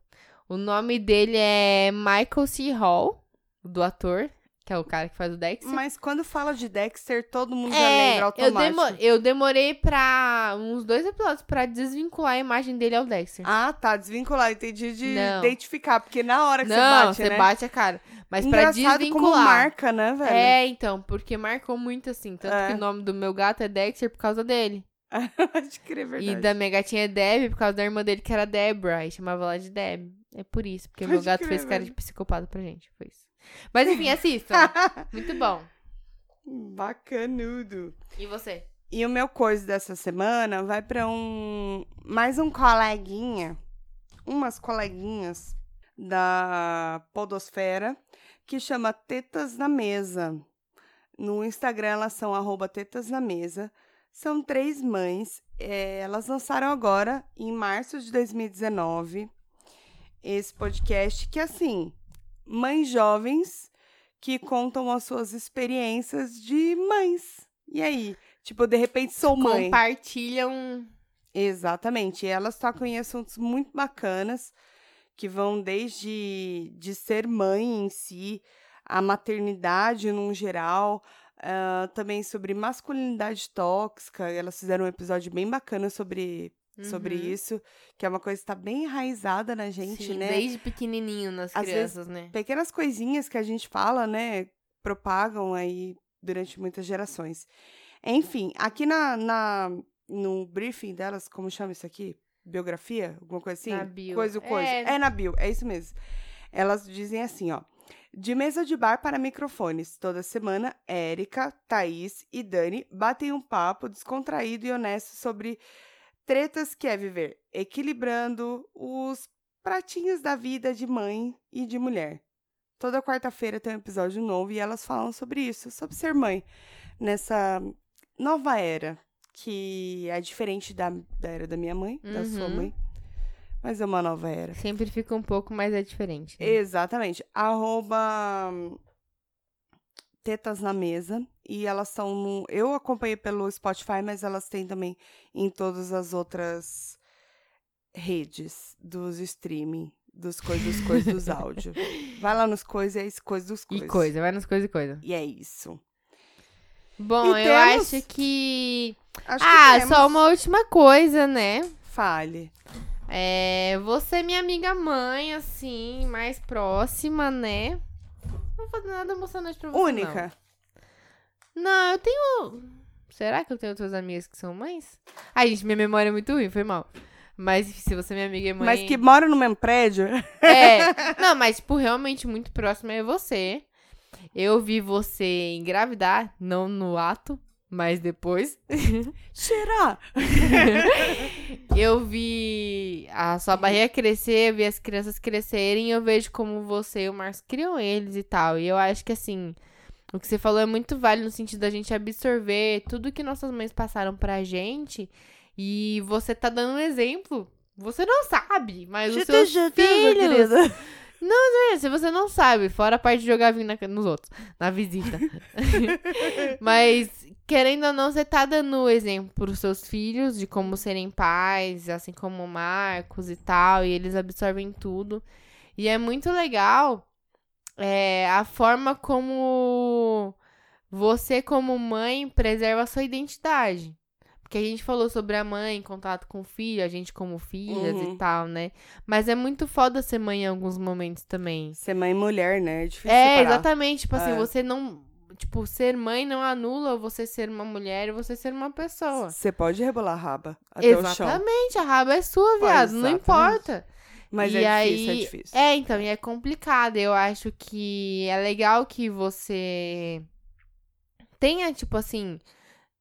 [SPEAKER 3] O nome dele é Michael C. Hall, do ator, que é o cara que faz o Dex.
[SPEAKER 2] Mas quando fala de Dexter, todo mundo já
[SPEAKER 3] É,
[SPEAKER 2] lembra
[SPEAKER 3] eu,
[SPEAKER 2] automático.
[SPEAKER 3] demo- eu demorei pra uns dois episódios pra desvincular a imagem dele ao Dexter.
[SPEAKER 2] Ah, tá. Desvincular. Entendi de
[SPEAKER 3] Não.
[SPEAKER 2] identificar. Porque na hora que
[SPEAKER 3] não,
[SPEAKER 2] você bate, né?
[SPEAKER 3] a cara. Mas pra
[SPEAKER 2] Engraçado
[SPEAKER 3] desvincular.
[SPEAKER 2] como marca, né, velho?
[SPEAKER 3] É, então, porque marcou muito assim. Tanto
[SPEAKER 2] É.
[SPEAKER 3] que o nome do meu gato é Dexter por causa dele.
[SPEAKER 2] Pode crer, é verdade.
[SPEAKER 3] E da minha gatinha é Deb por causa da irmã dele, que era Debra. E chamava ela de Deb. É por isso, porque meu
[SPEAKER 2] Pode
[SPEAKER 3] gato
[SPEAKER 2] crer,
[SPEAKER 3] fez cara
[SPEAKER 2] velho.
[SPEAKER 3] de psicopata pra gente. Foi isso. Mas enfim, assistam. muito bom.
[SPEAKER 2] Bacanudo.
[SPEAKER 3] E você?
[SPEAKER 2] E o meu coisa dessa semana vai pra um. Mais um coleguinha. Umas coleguinhas da Podosfera que chama Tetas na Mesa. No Instagram elas são arroba Tetas na Mesa. São três mães. É, elas lançaram agora, em março de 2019, esse podcast que, assim, mães jovens que contam as suas experiências de mães. E aí? Tipo, de repente sou mãe.
[SPEAKER 3] Compartilham.
[SPEAKER 2] Exatamente. E elas tocam em assuntos muito bacanas, que vão desde de ser mãe em si, a maternidade num geral, ah, também sobre masculinidade tóxica. Elas fizeram um episódio bem bacana sobre, sobre
[SPEAKER 3] Uhum.
[SPEAKER 2] isso, que é uma coisa que está bem enraizada na gente,
[SPEAKER 3] Sim,
[SPEAKER 2] né?
[SPEAKER 3] Desde pequenininho nas
[SPEAKER 2] Às vezes-
[SPEAKER 3] crianças, né?
[SPEAKER 2] pequenas coisinhas que a gente fala, né, propagam aí durante muitas gerações. Enfim, aqui na, na no briefing delas, como chama isso aqui? Biografia? Alguma coisa assim?
[SPEAKER 3] Na bio.
[SPEAKER 2] Coisa, coisa.
[SPEAKER 3] É.
[SPEAKER 2] É. na bio, é isso mesmo. Elas dizem assim, ó. De mesa de bar para microfones, toda semana, Érica, Thaís e Dani batem um papo descontraído e honesto sobre tretas que é viver, equilibrando os pratinhos da vida de mãe e de mulher. Toda quarta-feira tem um episódio novo e elas falam sobre isso, sobre ser mãe, nessa nova era, que é diferente da, da era da minha mãe, da sua
[SPEAKER 3] Uhum.
[SPEAKER 2] mãe, mas é uma nova era.
[SPEAKER 3] Sempre fica um pouco, mas é diferente. né?
[SPEAKER 2] Exatamente. Arroba hum, Tetas na Mesa. E elas são no. Eu acompanhei pelo Spotify, mas elas têm também em todas as outras redes dos streaming, dos coisas, coisas dos áudio. Vai lá nos coisas e é isso, coisas dos coisas.
[SPEAKER 3] E coisa, vai nas coisas e coisa.
[SPEAKER 2] E é isso.
[SPEAKER 3] Bom,
[SPEAKER 2] E
[SPEAKER 3] eu
[SPEAKER 2] temos-
[SPEAKER 3] acho que.
[SPEAKER 2] Acho
[SPEAKER 3] ah,
[SPEAKER 2] que temos-
[SPEAKER 3] só uma última coisa, né?
[SPEAKER 2] Fale.
[SPEAKER 3] É. Você, minha amiga mãe, assim, mais próxima, né? Não vou fazer nada emocionante pra você. não.
[SPEAKER 2] Única.
[SPEAKER 3] Não. eu tenho. Será que eu tenho outras amigas que são mães? Ai, gente, minha memória é muito ruim, foi mal. Mas se você, é minha amiga e mãe.
[SPEAKER 2] Mas que mora no mesmo prédio.
[SPEAKER 3] É. Não, mas, tipo, realmente muito próxima é você. Eu vi você engravidar, não no ato, mas depois.
[SPEAKER 2] Será?
[SPEAKER 3] Eu vi a sua barriga crescer, eu vi as crianças crescerem, eu vejo como você e o Marcos criam eles e tal. E eu acho que assim, o que você falou é muito válido no sentido da gente absorver tudo que nossas mães passaram pra gente. E você tá dando um exemplo. Você não sabe, mas os seus filhos. É, se você não sabe, fora a parte de jogar vinho na- nos outros, na visita. Mas, querendo ou não, você tá dando o exemplo pros seus filhos de como serem pais, assim como o Marcos e tal, e eles absorvem tudo. E é muito legal é, a forma como você, como mãe, preserva a sua identidade. Porque a gente falou sobre a mãe em contato com o filho, a gente como filhas
[SPEAKER 2] Uhum.
[SPEAKER 3] e tal, né? Mas é muito foda ser mãe em alguns momentos também.
[SPEAKER 2] Ser mãe e mulher, né? É difícil
[SPEAKER 3] É,
[SPEAKER 2] separar.
[SPEAKER 3] exatamente. Tipo assim,
[SPEAKER 2] É.
[SPEAKER 3] você não. Tipo, ser mãe não anula você ser uma mulher e você ser uma pessoa.
[SPEAKER 2] Você pode rebolar a raba até o chão.
[SPEAKER 3] exatamente, a raba é sua, viado. não
[SPEAKER 2] exatamente.
[SPEAKER 3] importa.
[SPEAKER 2] Mas
[SPEAKER 3] E
[SPEAKER 2] é
[SPEAKER 3] aí-
[SPEAKER 2] difícil, é difícil.
[SPEAKER 3] É, então, e é complicado. Eu acho que é legal que você tenha, tipo assim,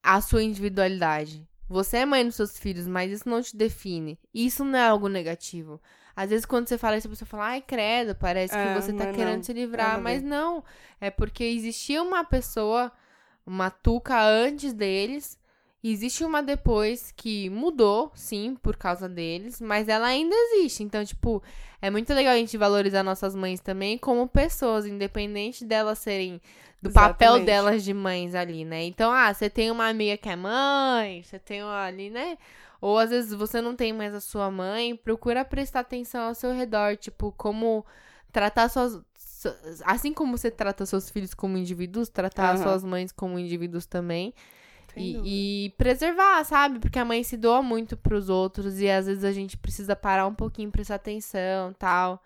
[SPEAKER 3] a sua individualidade. Você é mãe dos seus filhos, mas isso não te define. Isso não é algo negativo. Às vezes, quando você fala isso, a pessoa fala, ai, credo, parece
[SPEAKER 2] É,
[SPEAKER 3] que você tá
[SPEAKER 2] mas
[SPEAKER 3] querendo
[SPEAKER 2] não.
[SPEAKER 3] se livrar.
[SPEAKER 2] Nada a
[SPEAKER 3] mas não. É porque existia uma pessoa, uma tuca antes deles, Existe uma depois que mudou, sim, por causa deles, mas ela ainda existe. Então, tipo, é muito legal a gente valorizar nossas mães também como pessoas, independente delas serem do papel
[SPEAKER 2] Exatamente.
[SPEAKER 3] delas de mães ali, né? Então, ah, você tem uma amiga que é mãe, você tem uma ali, né? Ou às vezes você não tem mais a sua mãe, procura prestar atenção ao seu redor, tipo, como tratar suas su- assim como você trata seus filhos como indivíduos, tratar
[SPEAKER 2] Aham.
[SPEAKER 3] suas mães como indivíduos também.
[SPEAKER 2] Sem dúvida.
[SPEAKER 3] E, e preservar, sabe? Porque a mãe se doa muito pros outros e às vezes a gente precisa parar um pouquinho, prestar atenção tal.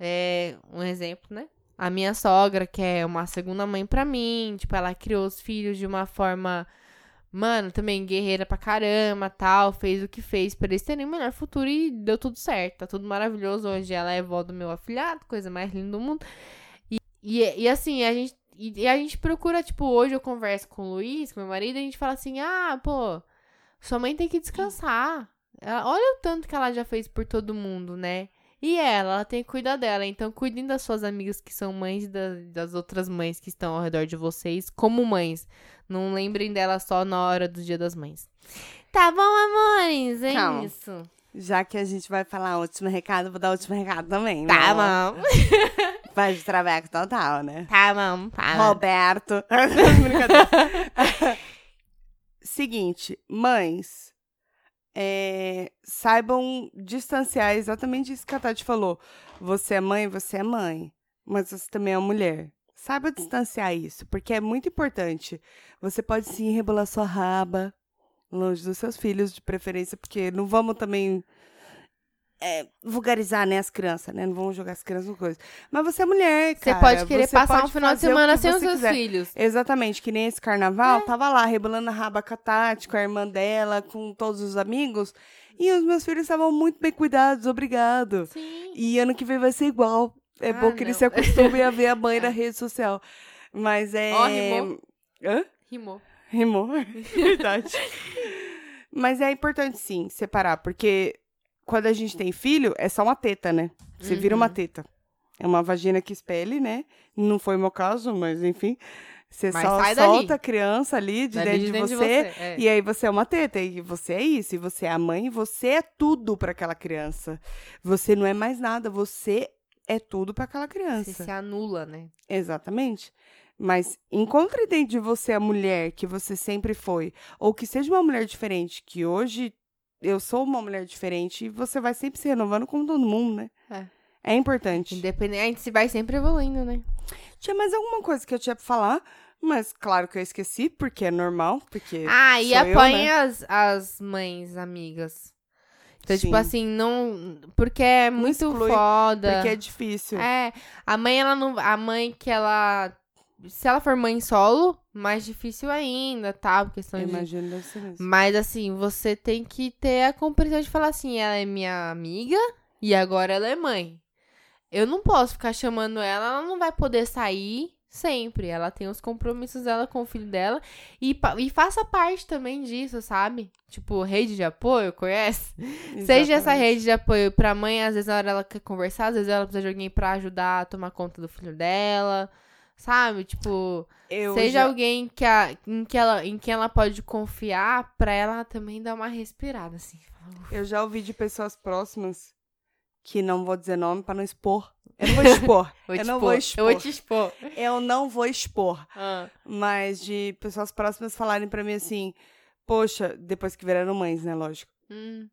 [SPEAKER 3] É um exemplo, né? A minha sogra, que é uma segunda mãe pra mim, tipo, ela criou os filhos de uma forma, mano, também guerreira pra caramba, tal, fez o que fez pra eles terem o melhor futuro e deu tudo certo, tá tudo maravilhoso hoje. Ela é vó do meu afilhado, coisa mais linda do mundo. E, e, e assim, a gente, e, e a gente procura, tipo, hoje eu converso com o Luiz, com meu marido, e a gente fala assim, ah, pô, sua mãe tem que descansar. Ela- olha o tanto que ela já fez por todo mundo, né? E ela, ela tem que cuidar dela. Então, cuidem das suas amigas que são mães e da- das outras mães que estão ao redor de vocês como mães. Não lembrem dela só na hora do Dia das Mães. Tá bom, amores? É
[SPEAKER 2] Calma.
[SPEAKER 3] isso.
[SPEAKER 2] Já que a gente vai falar o último recado, vou dar o último recado também.
[SPEAKER 3] Tá
[SPEAKER 2] né?
[SPEAKER 3] bom.
[SPEAKER 2] Faz de trabalho total, né?
[SPEAKER 3] Tá bom. Tá
[SPEAKER 2] Ah.
[SPEAKER 3] bom.
[SPEAKER 2] Roberto. Brincadeira. Seguinte, mães, é, saibam distanciar exatamente isso que a Tati falou. Você é mãe, você é mãe, mas você também é mulher. Saiba distanciar isso, porque é muito importante. Você pode sim rebolar sua raba longe dos seus filhos, de preferência, porque não vamos também é, vulgarizar né, as crianças, né? Não vamos jogar as crianças no coisa. Mas você é mulher,
[SPEAKER 3] Você
[SPEAKER 2] cara.
[SPEAKER 3] pode querer
[SPEAKER 2] você
[SPEAKER 3] passar
[SPEAKER 2] pode
[SPEAKER 3] um final de
[SPEAKER 2] fazer o
[SPEAKER 3] semana
[SPEAKER 2] que
[SPEAKER 3] sem os
[SPEAKER 2] você
[SPEAKER 3] seus
[SPEAKER 2] quiser.
[SPEAKER 3] filhos. É.
[SPEAKER 2] Exatamente, que nem esse carnaval, tava lá rebolando a raba com a Tati, com a irmã dela, com todos os amigos. E os meus filhos estavam muito bem cuidados, obrigado.
[SPEAKER 3] Sim.
[SPEAKER 2] E ano que vem vai ser igual. É
[SPEAKER 3] Ah,
[SPEAKER 2] bom que eles se
[SPEAKER 3] não. É.
[SPEAKER 2] acostumem a ver a mãe na rede social. Mas é.
[SPEAKER 3] Ó, rimou.
[SPEAKER 2] Hã?
[SPEAKER 3] Rimou.
[SPEAKER 2] Rimou. Verdade. Mas é importante, sim, separar, porque quando a gente tem filho, é só uma teta, né? Você vira
[SPEAKER 3] Uhum.
[SPEAKER 2] uma teta. É uma vagina que espelhe, né? Não foi o meu caso, mas enfim. Você
[SPEAKER 3] Mas
[SPEAKER 2] só
[SPEAKER 3] sai dali.
[SPEAKER 2] solta a criança ali de,
[SPEAKER 3] Dali
[SPEAKER 2] dentro, de você,
[SPEAKER 3] é.
[SPEAKER 2] E aí você é uma teta, e você é isso, e você é a mãe, e você é tudo para aquela criança. Você não é mais nada, você é tudo para aquela
[SPEAKER 3] Você
[SPEAKER 2] criança.
[SPEAKER 3] se anula, né?
[SPEAKER 2] Exatamente. Mas encontre dentro de você a mulher que você sempre foi, ou que seja uma mulher diferente, que hoje eu sou uma mulher diferente e você vai sempre se renovando como todo mundo, né? É importante.
[SPEAKER 3] Independente, a gente se vai sempre evoluindo, né?
[SPEAKER 2] Tinha mais alguma coisa que eu tinha pra falar, mas claro que eu esqueci, porque é normal, porque
[SPEAKER 3] Ah, e
[SPEAKER 2] sou eu,
[SPEAKER 3] apoiem
[SPEAKER 2] né?
[SPEAKER 3] as, as mães amigas. Então, tipo
[SPEAKER 2] Sim.
[SPEAKER 3] assim, não. Porque é muito
[SPEAKER 2] exclui,
[SPEAKER 3] foda.
[SPEAKER 2] porque é difícil.
[SPEAKER 3] É, a mãe, ela não. A mãe que ela. Se ela for mãe solo, mais difícil ainda, tá? Por questão
[SPEAKER 2] Eu
[SPEAKER 3] de
[SPEAKER 2] imagino deve ser mesmo.
[SPEAKER 3] Mas assim, você tem que ter a compreensão de falar assim, ela é minha amiga e agora ela é mãe. Eu não posso ficar chamando ela, ela não vai poder sair sempre. Ela tem os compromissos dela com o filho dela e, pa- e faça parte também disso, sabe? Tipo, rede de apoio, conhece? Seja essa
[SPEAKER 2] Exatamente.
[SPEAKER 3] rede de apoio pra mãe, às vezes na hora ela quer conversar, às vezes ela precisa de alguém pra ajudar a tomar conta do filho dela, sabe? Tipo,
[SPEAKER 2] Eu
[SPEAKER 3] Seja
[SPEAKER 2] já-
[SPEAKER 3] alguém que a, em, que ela, em quem ela pode confiar pra ela também dar uma respirada, assim.
[SPEAKER 2] Eu já ouvi de pessoas próximas que não vou dizer nome pra não expor. Eu não vou expor.
[SPEAKER 3] Vou
[SPEAKER 2] Eu
[SPEAKER 3] te
[SPEAKER 2] não vou
[SPEAKER 3] expor, Eu vou te expor.
[SPEAKER 2] eu não vou expor.
[SPEAKER 3] Ah,
[SPEAKER 2] Mas de pessoas próximas falarem pra mim assim: Poxa, depois que viraram mães, né? Lógico.
[SPEAKER 3] hum,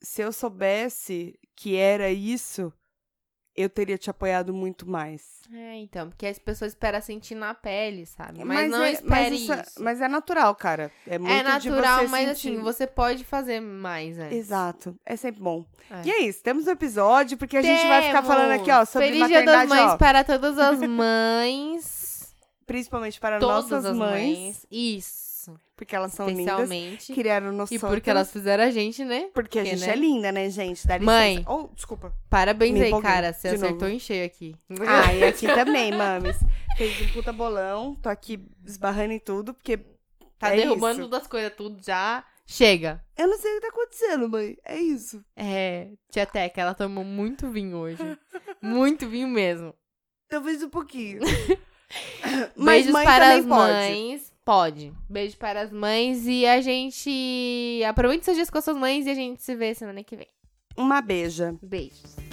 [SPEAKER 2] Se eu soubesse que era isso, eu teria te apoiado muito mais.
[SPEAKER 3] é, então, porque as pessoas esperam sentir na pele, sabe? Mas, não
[SPEAKER 2] é,
[SPEAKER 3] espere
[SPEAKER 2] mas isso-
[SPEAKER 3] isso.
[SPEAKER 2] mas é natural, cara. É, muito
[SPEAKER 3] é natural,
[SPEAKER 2] de você
[SPEAKER 3] mas
[SPEAKER 2] sentir-
[SPEAKER 3] assim, você pode fazer mais, né?
[SPEAKER 2] Exato, é sempre bom.
[SPEAKER 3] É.
[SPEAKER 2] E é isso, temos um episódio, porque a gente vai ficar falando aqui, ó, sobre
[SPEAKER 3] Feliz Dia das
[SPEAKER 2] maternidade,
[SPEAKER 3] Mães
[SPEAKER 2] ó,
[SPEAKER 3] para todas as mães.
[SPEAKER 2] principalmente para
[SPEAKER 3] todas
[SPEAKER 2] nossas
[SPEAKER 3] as
[SPEAKER 2] mães.
[SPEAKER 3] mães. Isso. Isso.
[SPEAKER 2] Porque elas são lindas,
[SPEAKER 3] Essencialmente.
[SPEAKER 2] criaram noção.
[SPEAKER 3] E porque elas fizeram a gente, né?
[SPEAKER 2] Porque a
[SPEAKER 3] porque,
[SPEAKER 2] gente
[SPEAKER 3] né?
[SPEAKER 2] é linda, né, gente? Dá licença.
[SPEAKER 3] Mãe.
[SPEAKER 2] Oh, desculpa.
[SPEAKER 3] Parabéns
[SPEAKER 2] Me
[SPEAKER 3] aí,
[SPEAKER 2] empolguei,
[SPEAKER 3] cara. Você
[SPEAKER 2] de
[SPEAKER 3] acertou
[SPEAKER 2] novo.
[SPEAKER 3] em cheio aqui.
[SPEAKER 2] Ah, e aqui também, mames. Fez um puta bolão. Tô aqui esbarrando em tudo, porque.
[SPEAKER 3] tá
[SPEAKER 2] é
[SPEAKER 3] derrubando
[SPEAKER 2] isso.
[SPEAKER 3] todas as coisas, tudo já. Chega.
[SPEAKER 2] Eu não sei o que tá acontecendo, mãe. É isso.
[SPEAKER 3] É, tia Teca, ela tomou muito vinho hoje. muito vinho mesmo.
[SPEAKER 2] Talvez um pouquinho.
[SPEAKER 3] Beijos para as
[SPEAKER 2] também pode.
[SPEAKER 3] mães. Pode. Beijo para as mães e a gente aproveita seus dias com as suas mães e a gente se vê semana que vem.
[SPEAKER 2] Uma beija.
[SPEAKER 3] Beijos.